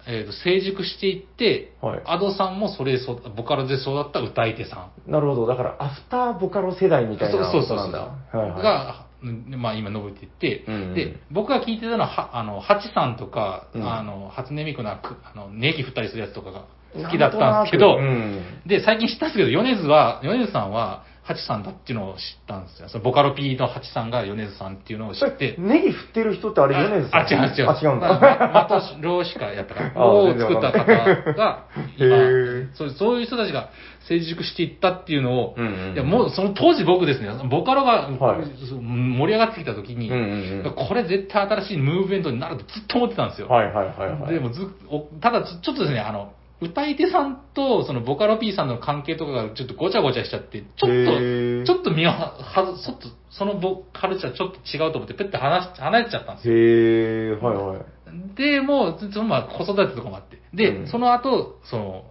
A: えーっと、成熟していって、
B: はい
A: アドさんもそれでそ、ボカロで育った歌い手さん。
B: えなるほど。だから、アフターボカロ世代みたいな
A: そう
B: こ
A: そ
B: と
A: うそう
B: な
A: そ
B: ん
A: う
B: だ。はいはい。
A: が、うんまあ今述べていって、
B: うんうん
A: で、僕が聞いてたのは、はあの、ハチさんとか、
B: うん
A: あの、初音ミクのあくあのネギ振ったりするやつとかが好きだったんですけ
B: な
A: ど、
B: となくうん
A: で、最近知ったんですけど、米津は、米津さんは、ハチさんだっていうのを知ったんですよ。そのボカロ P のハチさんが米津さんっていうのを知っ
B: え
A: て。
B: ネギ振ってる人ってあれ、米津さん
A: あ、違う違う。
B: あ、違うんだ。
A: ま、まと老子会やったか
B: あ
A: ら、を
B: 全
A: 作
B: 然
A: っ
B: わ
A: た
B: かんない
A: 方が、今
B: へー
A: そう、そういう人たちが成熟していったっていうのを、
B: うんうんうん
A: いやもうその当時僕ですね、ボカロが、
B: はい
A: そう盛り上がってきた時に、
B: うんうんうん
A: これ絶対新しいムーブメントになるとずっと思ってたんですよ。
B: はいはいはいはい。
A: でもずおただちょ、ちょっとですね、あの、歌い手さんと、その、ボカロ P さんの関係とかがちょっとごちゃごちゃしちゃって、ちょ
B: へ
A: っ
B: ー
A: と、ちょっと身をははず、ちょっと、そのボカルチャーちょっと違うと思って、ペッて離し離れちゃったんですよ。
B: へえ、はいはい。
A: で、もう、そのまあ、子育てとかもあって。で、
B: うん
A: その後、その、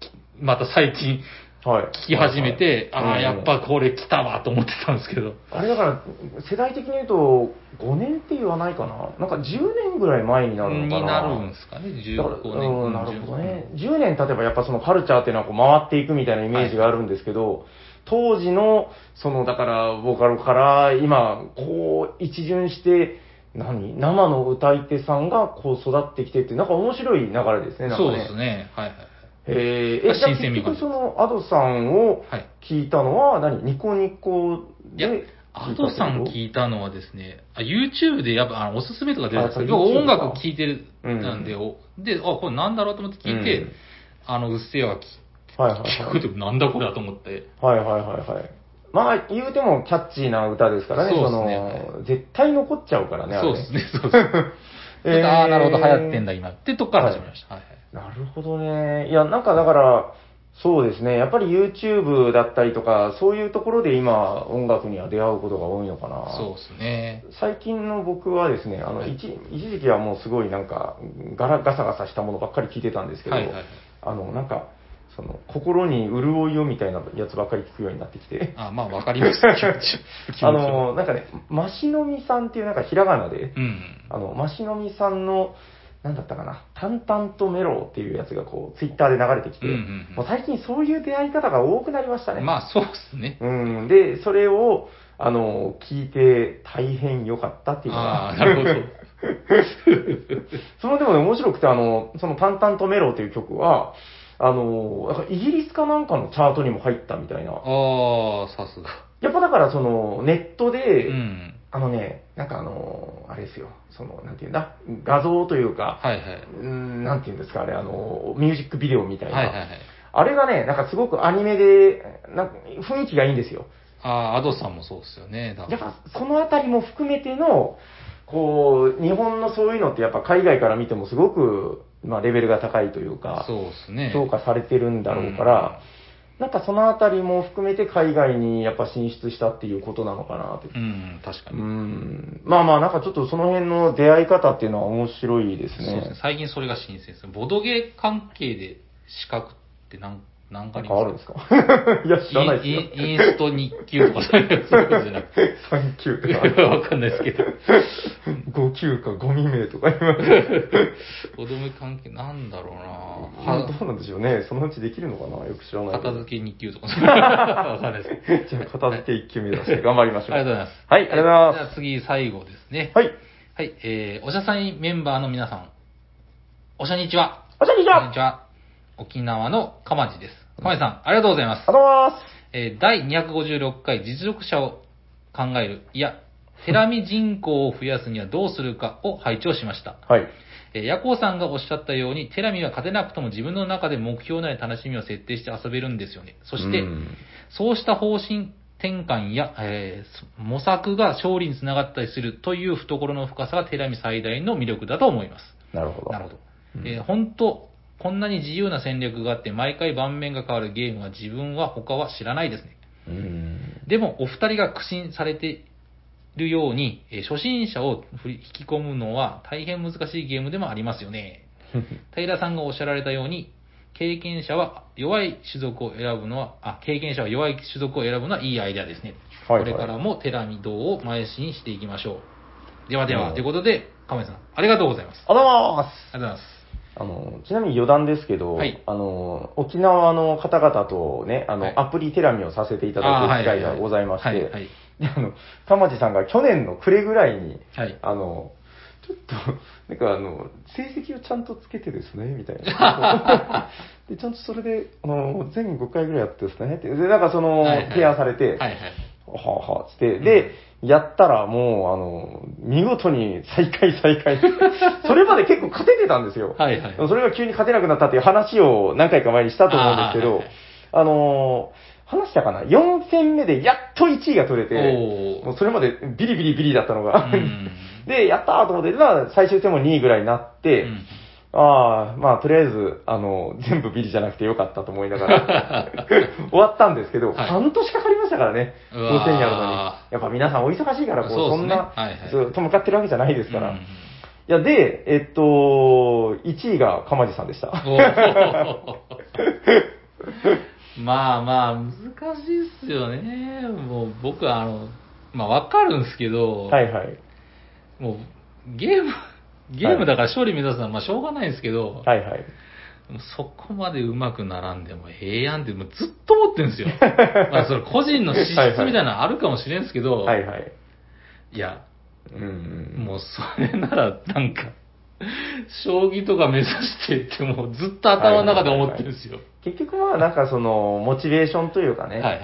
A: きまた最近、
B: はい。
A: 聞き始めて、
B: はいはい
A: ああ、やっぱこれ来たわと思ってたんですけど。
B: あれだから、世代的に言うと、5年って言わないかな。なんか10年ぐらい前になるのか
A: に
B: な。
A: なるんですかね、
B: だから
A: 15
B: う
A: 年
B: んなるほどね。10年経てばやっぱそのカルチャーっていうのはこう回っていくみたいなイメージがあるんですけど、当時の、そのだから、ボカロから今、こう一巡して、何生の歌い手さんがこう育ってきてっていう、なんか面白い流れですね、なんか
A: そうですね、はいはいはい。
B: へえー、え、じゃあ
A: 新鮮
B: 結
A: 味が
B: 局その、アドさんを
A: はい。
B: 聞いたのは何、ニコニコ
A: いや
B: で聞いた
A: アドさん
B: い
A: 聞いたのはですね、あ YouTube でやっぱあのおすすめとか出るんですけ
B: あ
A: ど、
B: やっぱ
A: 僕音
B: YouTube か
A: 楽聴いてるなんで、
B: う
A: おで、あ、これなんだろうと思って聞いて、
B: うん
A: あの、うっせぇわ
B: はいはい
A: 聞
B: は
A: く
B: い。
A: となんだこれだと思って、
B: はいはいはいはい。まあ、言うてもキャッチーな歌ですからね、
A: そう
B: そ
A: ですね
B: の、絶対残っちゃうからね、あれ
A: そうです ね、そうですね。
B: えー
A: ああ、なるほど、流行ってんだ今ってとこから始まりました。はいはい
B: なるほどね。いや、なんかだから、そうですね。やっぱり YouTube だったりとか、そういうところで今、音楽には出会うことが多いのかな。
A: そうですね。
B: 最近の僕はですね、あの、
A: はい
B: 一一時期はもうすごいなんか、ガラガサガサしたものばっかり聞いてたんですけど、
A: はいはいはい。
B: あの、なんか、その、心に潤いをみたいなやつばっかり聞くようになってきて、
A: あまあ、わかります。気持ち気持ち
B: あの、なんかね、マシノミさんっていうなんかひらがなで、
A: うん。
B: あの、マシノミさんの、なんだったかな、淡々とメロっていうやつがこう、ツイッターで流れてきて、
A: うんうんうん
B: もう最近そういう出会い方が多くなりましたね。
A: まあ、そうですね。
B: うん。で、それを、あの、聞いて大変良かったっていうの
A: ああ、
B: が、
A: なるほど。
B: そのでもね、面白くて、あの、その淡々とメロっていう曲は、あの、なんかイギリスかなんかのチャートにも入ったみたいな。
A: ああ、さすが。
B: やっぱだからその、ネット
A: う
B: で、
A: ん。
B: あのね、なんかあの、あれですよ、その、なんていうんだ、画像というか、
A: はいはい。
B: うーん、なんていうんですか、あれ、あの、ミュージックビデオみたいな。
A: はいはいはい。
B: あれがね、なんかすごくアニメで、なんか雰囲気がいいんですよ。
A: ああ、アドさんもそうですよね。だか
B: やっ
A: ら
B: ぱそのあたりも含めての、こう、日本のそういうのってやっぱ海外から見てもすごく、まあレベルが高いというか、
A: そうですね。
B: 評価されてるんだろうから、なんかそのあたりも含めて海外にやっぱ進出したっていうことなのかなって
A: うん。うん、確か
B: う
A: に。
B: んまあまあ、なんかちょっとその辺の出会い方っていうのは面白いです
A: そう
B: ね。
A: ですね。最近それが新鮮です。ボドゲ関係で資格ってなんなんか
B: な
A: あ
B: ん
A: り
B: か
A: ま
B: あ
A: す
B: るん ですかいや、知らない
A: イ
B: で
A: ンインインスト日給とかそういうそういうことじゃなく
B: すよ。3級 と
A: て。
B: か、
A: わかんないですけど。
B: 5級か5未名とか今。
A: ボドゲ関係なんだろうなは
B: どうなんでしょうね。そのうちできるのかなよく知らないけど。
A: 片付け日給 とか。わかんないです。
B: じゃあ片付け1級目指して頑張りましょう。
A: ありがとうございます。
B: はい、ありがとうござい
A: じゃ
B: ま
A: あ次、最後ですね
B: す。。はい。
A: はい、えー、おしゃさんメンバーの皆さん、おしゃにちは。
B: おしゃにち
A: こんに
B: は
A: ちは。沖縄のかまじです。かまじさん、ありがとうございます。
B: ありがとうございます。
A: えー第256回実力者を考える、いや、テラミ人口を増やすにはどうするかを拝聴しました。
B: はい。
A: えー、ヤコウさんがおっしゃったように、テラミは勝てなくとも自分の中で目標内楽しみを設定して遊べるんですよね。そして、
B: うん
A: そうした方針転換や、えー模索が勝利につながったりするという懐の深さがテラミ最大の魅力だと思います。
B: なるほど。
A: なるほど。
B: うん
A: えー本当、こんなに自由な戦略があって、毎回盤面が変わるゲームは自分は他は知らないですね。
B: うん。
A: でも、お二人が苦心されているように、えー初心者を振り引き込むのは大変難しいゲームでもありますよね。平さんがおっしゃられたように、経験者は弱い種族を選ぶのは、あ、経験者は弱い種族を選ぶのはいいアイデアですね。
B: はいはい
A: これからもテラミドを前進にしていきましょう。ではで
B: う
A: は、
B: ん
A: ということで、亀井さん、ありがとうございます。
B: ありがとうございます。
A: ありがとうございます。
B: あの、ちなみに余談ですけど、
A: はい
B: あの、沖縄の方々とね、あの、
A: はい
B: アプリテラミをさせていただく機会がございまして、
A: あーはいはいはいはい
B: であの、かまじさんが去年の暮れぐらいに、
A: はい。
B: あの、ちょっと、 なんかあの、成績をちゃんとつけてですね、みたい な。で、ちゃんとそれで、あの、全5回ぐらいやってですね、って、で、なんかその、
A: はいはい
B: 提案されて、
A: はいはい。
B: はあはあ、つって、で、やったらもう、あの、見事に再開 再開。それまで結構勝ててたんですよ。
A: はいはい。
B: それが急に勝てなくなったっていう話を何回か前にしたと思うんですけ
A: あー
B: ど
A: はいはい、
B: あのー話したかな ?4 戦目でやっと1位が取れて、も
A: おー。
B: うそれまでビリビリビリだったのが
A: う、ん
B: で、やったーと思って、まあ、最終戦も2位ぐらいになって、
A: うん
B: ああ、まあ、とりあえず、あの、全部ビリじゃなくてよかったと思いながら、 終わったんですけど、
A: はい
B: 半年かかりましたからね、
A: うわー
B: 5000やるのに。やっぱ皆さんお忙しいから、こう、そ
A: そうですね
B: んな、
A: はいはい
B: ずっと向かってるわけじゃないですから。
A: うん
B: いや、で、えっと、1位が鎌地さんでした。
A: おー まあまあ、難しいっすよね。もう僕はあの、まあわかるんですけど、
B: はいはい。
A: もうゲーム、ゲームだから勝利目指すのはまあしょうがないんですけど、
B: はいはい。
A: もうそこまでうまく並んでもええやんってもうずっと思ってるんです よ。まあそれ個人の資質みたいなのあるかもしれんすけど、
B: はいはい。
A: いや、
B: うん。
A: もうそれならなんか、将棋とか目指してってもうずっと頭の中で思ってるんですよ。
B: 結局まあなんかその、モチベーションというか
A: は
B: ね、
A: いはい。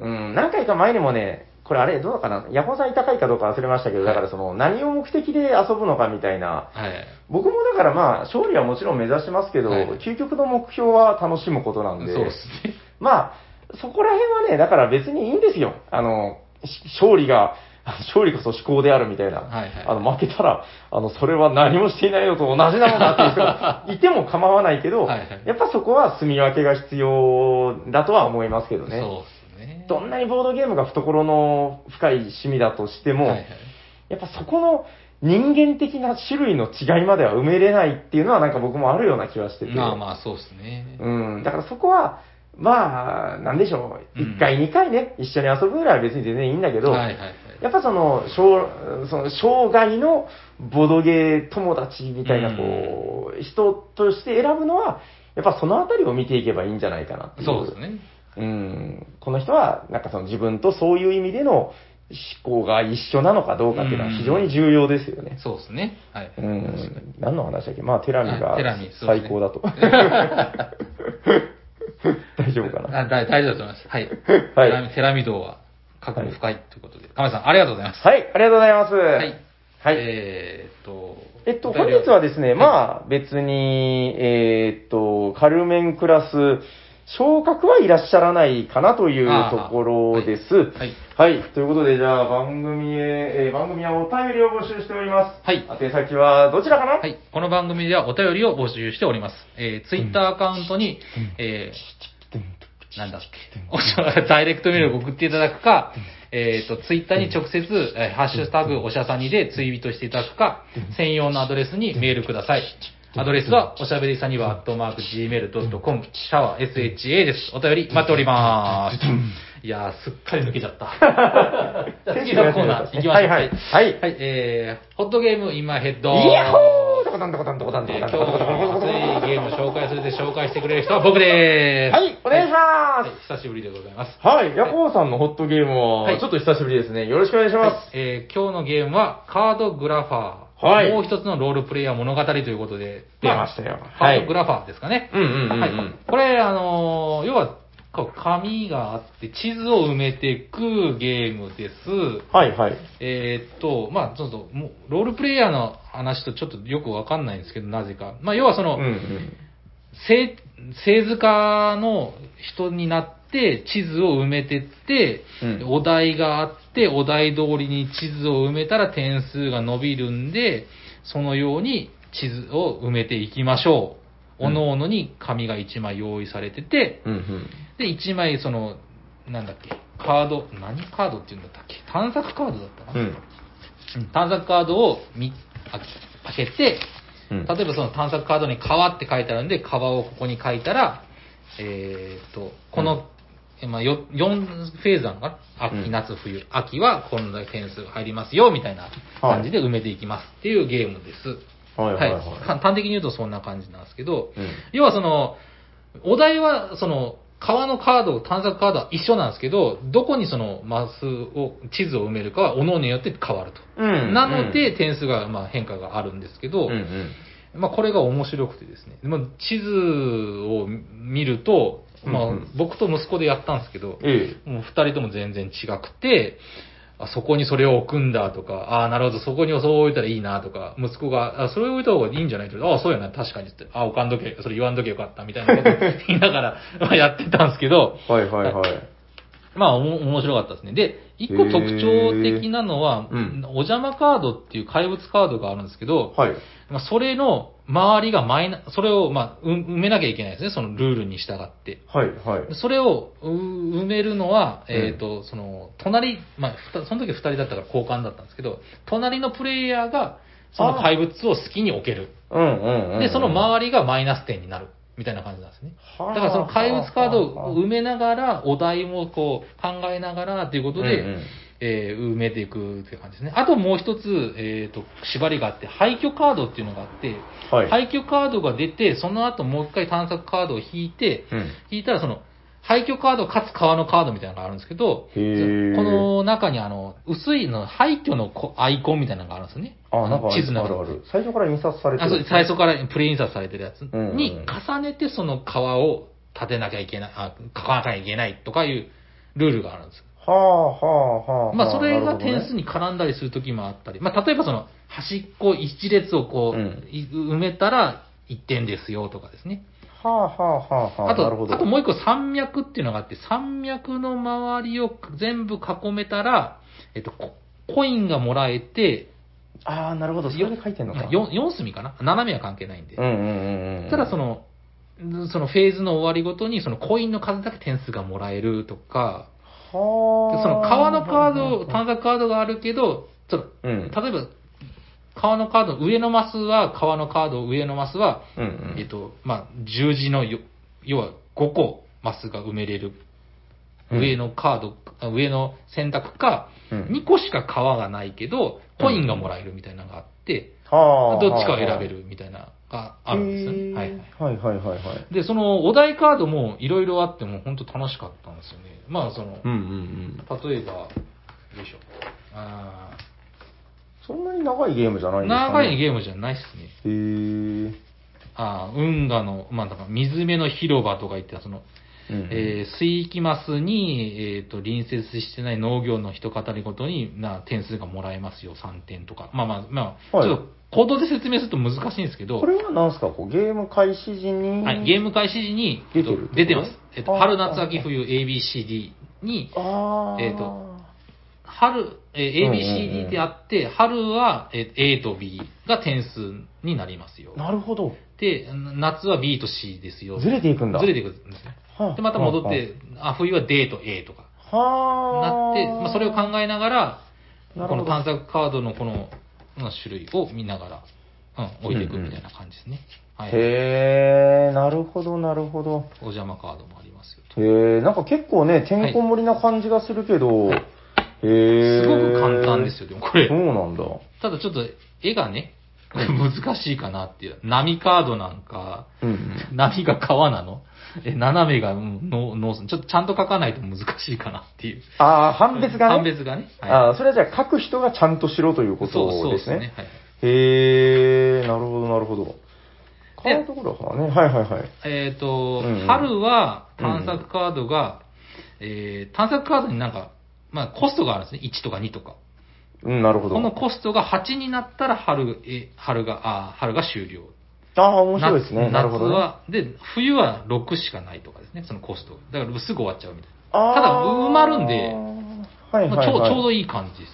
B: うん、何回か前にもね、これあれ、どうだかな、ヤコさんいた回かどうか忘れましたけど、
A: は
B: だ
A: い
B: からその、何を目的で遊ぶのかみたいな、
A: はい。
B: 僕もだからまあ、勝利はもちろん目指しますけど、
A: はい
B: 究極の目標は楽しむことな
A: そ
B: ん
A: う
B: で、
A: ですね。
B: まあ、そこら辺はね、だから別にいいんですよ。あの、し勝利が、 勝利こそ思考であるみたいな。
A: はいはい
B: あの、負けたら、あの、それは何もしていないのと同じなのだ っていう人がいても構わないけど、
A: はいはい
B: やっぱそこは住み分けが必要だとは思いますけどね。
A: そうですね。
B: どんなにボードゲームが懐の深い趣味だとしても、
A: はいはい
B: やっぱそこの人間的な種類の違いまでは埋めれないっていうのはなんか僕もあるような気はしてて。
A: まあまあ、そうですね。
B: うん、だからそこは、まあ、なんでしょう、
A: うん
B: 1回、2回ね、一緒に遊ぶぐらいは別に全然いいんだけど、
A: はいはいはい。
B: やっぱその、生その生涯のボドゲー友達みたいな、こう、人として選ぶのは、やっぱそのあたりを見ていけばいいんじゃないかなっていう。
A: そうですね。
B: うん、この人は、なんかその自分とそういう意味での思考が一緒なのかどうかっていうのは非常に重要ですよね。
A: そうですね。はい。
B: うん、何の話だっけまあ、テラミ
A: あ
B: が
A: テラミそうですね
B: 最高だ と。 大丈夫かな
A: あ大大丈夫だと思います。はい。
B: はい
A: テラミテラミ道は、覚悟深いということで。亀さん、ありがとうございます。
B: はい、ありがとうございます。は
A: はい。えーっと、
B: えっと、本日はですね、まあ、別に、えーっと、カルメンクラス、昇格はいらっしゃらないかなという
A: あ
B: と
A: ー
B: ころです。
A: はい
B: はい。ということで、じゃあ、番組へ、えー番組はお便りを募集しております。
A: はい
B: 宛先はどちらかな。
A: はいい。この番組ではお便りを募集しております。えー、ツイッターアカウントに、えー、なんだっけ、おしゃ ダイレクトメールを送っていただくか、えっ、と、ツイッターに直接、えーハッシュタグおしゃさにでツイートしていただくか、専用のアドレスにメールください。アドレスは、おしゃべりさには、アットマーク、gmail.com、シャワー、sha です。お便り待っております。いやー、すっかり抜けちゃ った。じゃあ次のコーナー行きましょう。
B: はいはいはい
A: はい、えー、ホットゲーム、今ヘッド。
B: イヤホーどこだんどこだんどこだんど
A: で
B: こ
A: 今
B: だん
A: 日
B: どこ
A: も
B: だんどこだんどこ
A: 熱
B: だん
A: いゲームを紹介するで紹介してくれる人は僕でーす。
B: はい、お願いしま
A: はい久しぶりでございます。
B: す。はい、ヤコウさんのホットゲーム
A: は
B: はいちょっと久しぶりですね。よろしくお願いし
A: はい
B: ます。
A: えー今日のゲームはカードグラファー。
B: はい
A: もう一つのロールプレイヤー物語ということで。
B: 出ましたよ
A: カ
B: はい
A: ードグラファーですかね。
B: うんうんうんうん
A: はい。これ、あのー要は、こう紙があって地図を埋めていくゲームです。
B: はい、はい。
A: えーっと、まあちょっと、もう、ロールプレイヤーの話とちょっとよくわかんないんですけど、なぜか。まあ要はその、
B: うんうん。
A: せ政治家の人になって地図を埋めてって、
B: うん
A: お題があって、お題通りに地図を埋めたら点数が伸びるんで、そのように地図を埋めていきましょう。
B: うん
A: 各々に紙が1枚用意されてて、
B: うんうん。
A: で、1枚その、なんだっけ、カード、何カードって言うんだったっけ探索カードだったか
B: う
A: な、
B: ん。
A: うん探索カードをみ開け開けて、
B: うん
A: 例えばその探索カードに川って書いてあるんで、川をここに書いたら、えーっと、この、えまあ、よ4フェーズなのかな
B: う
A: 秋、
B: ん
A: 夏、冬。秋はこんな点数が入りますよ、みたいな感じで埋めていきますっていうゲームです。
B: はいはいはい
A: 簡単的に言うとそんな感じなんですけど、
B: うん
A: 要はその、お題は、その、川のカード、探索カードは一緒なんですけど、どこにそのマスを、地図を埋めるかは、各々によって変わると。
B: うん
A: なので、点数が、まあ、変化があるんですけど、
B: うんうん。
A: まあ、これが面白くてですね、まあ、地図を見ると、まあ
B: うんうん、
A: 僕と息子でやったんですけど、
B: ええ。
A: もう二人とも全然違くて、あそこにそれを置くんだとか、ああ、なるほど、そこにそう置いたらいいなとか、息子が、あそれ置いた方がいいんじゃないとああ、そうやな、確かにって、ああ、置かんどけ、それ言わんどけよかった、みたいな ことを言いながらまあやってたんですけど、
B: はいはいはい。
A: まあ、おも面白かったですね。で、一個特徴的なのは、
B: へーうん
A: お邪魔カードっていう怪物カードがあるんですけど、
B: はい。
A: まあ、それの周りがマイナ、それを、まあ、う埋めなきゃいけないですね、そのルールに従って。
B: はいはい。
A: それをう埋めるのは、
B: うん
A: えっ、と、その、隣、まあ、ふたその時二人だったから交換だったんですけど、隣のプレイヤーが、その怪物を好きに置ける。
B: うんうんうん。
A: で、その周りがマイナス点になる。みたいな感じなんですね。
B: は
A: だ
B: あ
A: からその怪物カードを埋めながら、お題もこう考えながらということで、
B: うんうん
A: えー埋めていくっていう感じですね。あともう一つ、えっ、と、縛りがあって、廃墟カードっていうのがあって、
B: はい。
A: 廃墟カードが出て、その後もう一回探索カードを引いて、
B: うん
A: 引いたらその、廃墟カードかつ川のカードみたいなのがあるんですけど、こ
B: へー
A: の中にあの、薄いの、廃墟のこアイコンみたいなのがあるんですよね。
B: あ、なんか
A: 地図の
B: あるある。最初から印刷されて
A: あ
B: る
A: そう。最初からプレイ印刷されてるやつ
B: んうん
A: に重ねてその川を立てなきゃいけない、あ、書かなきゃいけないとかいうルールがあるんです。
B: はあはあはあ。
A: まあそれ
B: な
A: が
B: るほどね
A: 点数に絡んだりする時もあったり、まあ例えばその端っこ一列をこう、
B: うん
A: い埋めたら1点ですよとかですね。
B: はあはあはあはあ。
A: あと
B: なるほ、ど。
A: あともう一個山脈っていうのがあって、山脈の周りを全部囲めたら、えっと、ココインがもらえて、
B: ああ、なるほど。それで書いてんのか。
A: 4, 4隅かな ?7 目は関係ないんで
B: うん。うんうんうん。
A: ただその、そのフェーズの終わりごとに、そのコインの数だけ点数がもらえるとか、で
B: はあ。
A: その川のカード、探索カードがあるけど、その
B: うん。
A: 例えば、川のカード、上のマスは、川のカード、上のマスは、
B: うんうん。
A: えっと、まあ、十字のよ、要は5個マスが埋めれる。
B: うん
A: 上のカード、あ上の選択か、
B: うん
A: 2個しか川がないけど、コインがもらえるみたいなのがあって、
B: はあ。
A: どっちかを選べるみたいなのがあるんですよね。はいはい。
B: はいはいはいはい。
A: で、そのお題カードもいろいろあっても本当楽しかったんですよね。まあ、その
B: う、んうんうん。
A: 例えば、よいしょ。あ
B: そんなに長いゲームじゃない
A: ー
B: んですか、ね、
A: 長い
B: ー
A: ゲームじゃないっすね。
B: ム。へ
A: あー運河の、まあ、だから水辺の広場とか言って、その、
B: え。うん
A: えー水域マスに、えー、と隣接してない農業の一語りごとにな点数がもらえますよ、3点とか。まあまあ、まあ、
B: はい
A: ちょっと行動で説明すると難しいんですけど、
B: これは何すかこうゲーム開始時に。
A: はい、ゲーム開始時に、えっと出
B: 出てる
A: てます。えっと、
B: あー
A: 春、夏、秋、冬、ABCD に、
B: ああ。
A: えーと春、えー
B: うんうんうん
A: ABCD であって、春はえー A と B が点数になりますよ。
B: なるほど。
A: で、夏は B と C ですよ。
B: ずれていくんだ。
A: ずれていくんですね。
B: はあ
A: で、また戻って、あ、冬は D と A とか。な
B: はあ。
A: って、まあ、それを考えながら、
B: なるほど
A: この探索カードのこのまあ種類を見ながら、うん、置いていくみたいな感じですね。はい。
B: へえ、なるほど、なるほど。
A: お邪魔カードもありますよと。
B: へえ、なんか結構ね、てんこ盛りな感じがするけど、
A: はい
B: へえ。
A: すごく簡単ですよ、でもこれ
B: そ。うなんだ。
A: ただちょっと絵がね、難しいかなっていう。波カードなんか、
B: うんうん。
A: 波が川なのえ、斜めがうんののちょっとちゃんと描かないと難しいかなっていう。
B: ああ、判別がね。
A: 判別がね。
B: ああ、それはじゃあ書く人がちゃんとしろという
A: そ
B: こ
A: うそ
B: と
A: う
B: で
A: ですす
B: ね。
A: ね。はい。
B: へえ、なるほど、なるほど。カードところはね、はいはいはい。
A: えっ、と、
B: うんうん
A: 春は探索カードが、えー探索カードになんか、まあコストがあるんですね。1とか2とか。
B: うん、なるほど。
A: このコストが8になったら春、え、春が、あー春が終了。
B: ああ、面白いですね。
A: 夏
B: なるほど、ね。
A: 夏は、で、冬は6しかないとかですね、そのコストが。だからすぐ終わっちゃうみたい
B: あー
A: ただ埋まるんで
B: はい
A: な。
B: はい、はい
A: まあちょうちょうどいい感じです。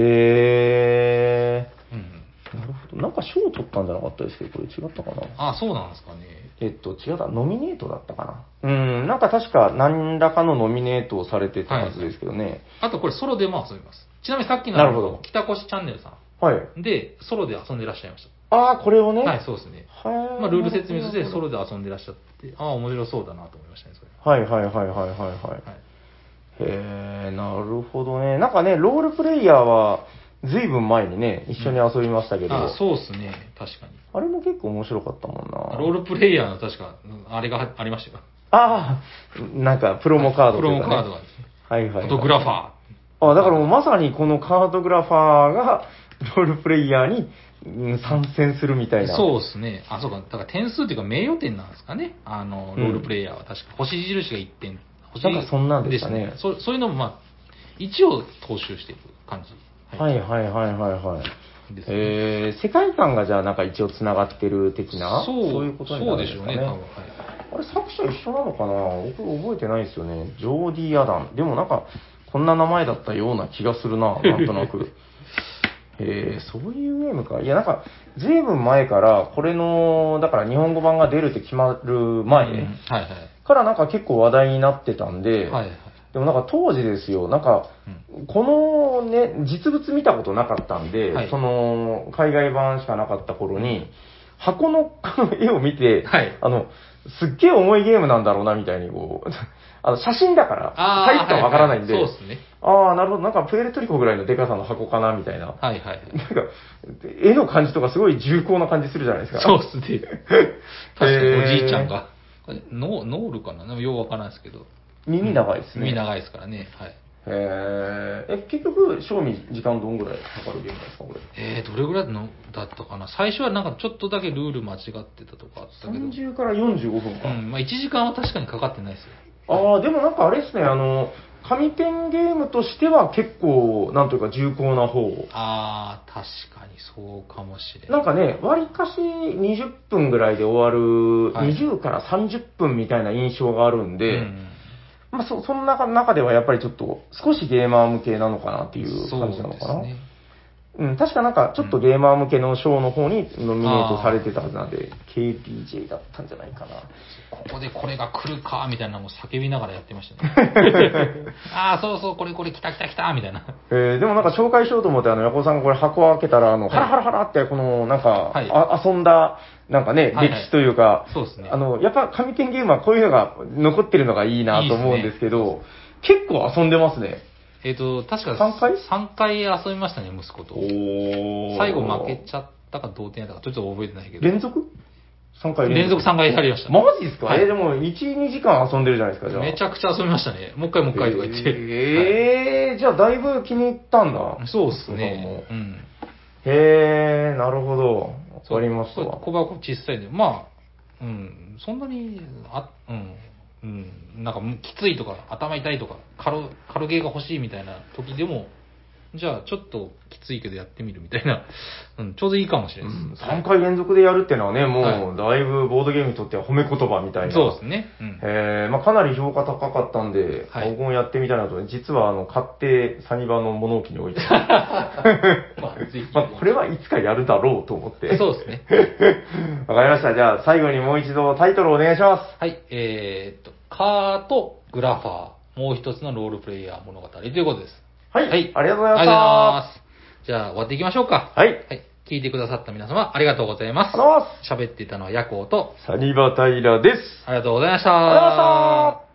B: へ
A: うんうん。
B: え。なるほど。なんか賞を取ったんじゃなかったですけど、これ違ったかな。
A: あーそうなんですかね。
B: えっと、違った、ノミネートだったかな。うん、なんか確か何らかのノミネートをされてたはずですけどね。
A: あとこれソロでも遊びます。ちなみにさっきの
B: なるほど
A: 北越チャンネルさ
B: はい。
A: んでソロで遊んでらっしゃいまし
B: ああ、これを
A: た。
B: ね。
A: はい、そうですね。
B: はい。
A: まあ、ルール説明書でソロ
B: れ。
A: で遊んでらっしゃって、ああ、面白そうだなと思いましたね、それ。
B: はいはいはいはいはいは
A: は
B: い。
A: い、
B: へえ、なるほどね。なんかね、ロールプレイヤーは、ずいぶん前にね、一緒に遊びましたけど、
A: ああそうですね、確かに。
B: あれも結構面白かったもんな。
A: ロールプレイヤーの確か、うんあれがありましたよ。
B: ああ、なんかプロモカード
A: プ
B: と
A: ロ
B: いう
A: モ
B: か、
A: カ
B: ね、
A: ードがですね。
B: はいはい、はい。
A: フォトグラファ
B: あだからもうまさにこのカードグラファーが、ロールプレイヤーにうん参戦するみたい
A: ー。
B: な。
A: そうですね。あ、そうか。だから点数っていうか名誉点なんですかね。あの、
B: うん
A: ロールプレイヤーは確か。星印が1点。星
B: なんかそんなんでしたね
A: すそそういうのもまあ、一応踏襲していく感じ。
B: はいはいはいはいはい。
A: ですね
B: えー、世界観がじゃあなんか一応繋がってる的な、
A: そう、
B: いうことになるんです
A: そ
B: か
A: うで
B: ね。
A: しょうね、多分。はい
B: あれ作者一緒なのかな僕覚えてないですよね。ジョーディ・アダン。でもなんか、こんな名前だったような気がす るな、なんとなく。へえ、そういうゲームか。いや、なんか、ずいぶん前から、これの、だから日本語版が出るって決まる前、
A: うんはいはい。
B: からなんか結構話題になってたんで、
A: はいはい。
B: でもなんか当時ですよ、なんか、
A: うん
B: このね、実物見たことなかったんで、
A: はい
B: その、海外版しかなかった頃に、箱の絵を見て、
A: はい
B: あの、すっげえ重いゲームなんだろうな、みたいにこう、あの、写真だから、
A: あ
B: サ
A: ー
B: イズ感わからないんで、
A: ははそうですね。
B: ああ、なるほど、なんかプエルトリコぐらいのデカさの箱かな、みたいな。
A: はいはいはい。
B: なんか、絵の感じとかすごい重厚な感じするじゃないですか。
A: そうっすね。確かにおじいちゃん
B: へー
A: が。これノーノールかななんかようわからないですけど。
B: 耳長いですね。
A: 耳長いですからね。はい。
B: へえ。え、結局、賞味時間どんぐらいかかるゲームなんですか、これ。
A: えー、どれぐらいのだったかな最初はなんかちょっとだけルール間違ってたとかあったけど。
B: 30から45分
A: う
B: か。
A: ん、まあ1時間は確かにかかってないですよ。
B: ああ、でもなんかあれですね、あの、紙ペンゲームとしては結構、なんというか重厚な方。
A: あー、確かにそうかもしれな。
B: ないんかね、わりかし20分ぐらいで終わる、
A: はい
B: 20から30分みたいな印象があるんで、
A: うん
B: まあそ、その中中ではやっぱりちょっと、少しゲーマー向けなのかなっていう
A: そう
B: 感
A: で
B: じ
A: す
B: なのかな。
A: ね。
B: うん、確かなんか、ちょっとゲーマー向けの賞の方にノミネートされてたはずなんで、KPJ だったんじゃないかな。
A: ここでこれが来るか、みたいなのを叫びながらやってましたね。 あー、そうそう、これこれ来た来た来た、みたいな。
B: えー、でもなんか紹介しようと思って、あの、ヤコウさんがこれ箱を開けたら、あの、
A: はい
B: ハラハラハラって、この、なんか、
A: はい
B: あ遊んだ、なんか
A: は
B: ね、
A: いはい
B: 歴史というか、
A: そうですね。
B: あの、やっぱ紙ペンゲームはこういうのが残ってるのがいいない
A: い
B: と
A: ですね
B: 思うんですけど、結構遊んでますね。
A: えっ、と、確か
B: 三回
A: 三回遊びましたね、息子と。
B: お
A: 最後負けちゃったか同点やったか、ちょっと覚えてないけど。
B: 連続 ?3 回
A: 連続3回やりました。
B: マジですか、
A: はい
B: えーでも1、2時間遊んでるじゃないですか、じゃあ。
A: めちゃくちゃ遊びましたね。もう一回もう一回とか言って。
B: えーじゃあだいぶ気に入ったんだ
A: はい。そうです
B: も
A: ね。うん。
B: へえ、なるほど。わかりまし
A: そ
B: た
A: う小箱小さいんで、まあ、うん、そんなに、あ、うん。うん、なんかもうきついとか頭痛いとか軽軽ゲーが欲しいみたいな時でもじゃあちょっときついけどやってみるみたいな、うん、ちょうどいいかもしれないです、
B: 3回連続でやるっていうのはね、も
A: は
B: う、だいぶボードゲームにとっては褒め言葉みたいな。
A: そうですね、うん、
B: えーまあ、かなり評価高かったんで、
A: はい
B: 僕もやってみたいなと、実はあの買ってサニバの物置に置いて、
A: まあ、ぜひ。
B: まあ、これはいつかやるだろうと思って。
A: そうですね。
B: わかりました。じゃあ最後にもう一度タイトルお願いしま
A: はい、えーっと、カーとグラファー、もう一つのロールプレイヤー物語ということです。
B: す。はい。
A: はい
B: ありがとうご
A: あ
B: ざいまし
A: りがとうござい
B: た。
A: ます。じゃあ終わっていきましょうか。
B: はい。あ
A: は
B: り
A: い、聞いてくださった皆様ありがとうございま。
B: がとうございます
A: 喋っていたのはヤコウと、
B: す。サニバ平です。
A: ありがとうございました。
B: ありがとうございました。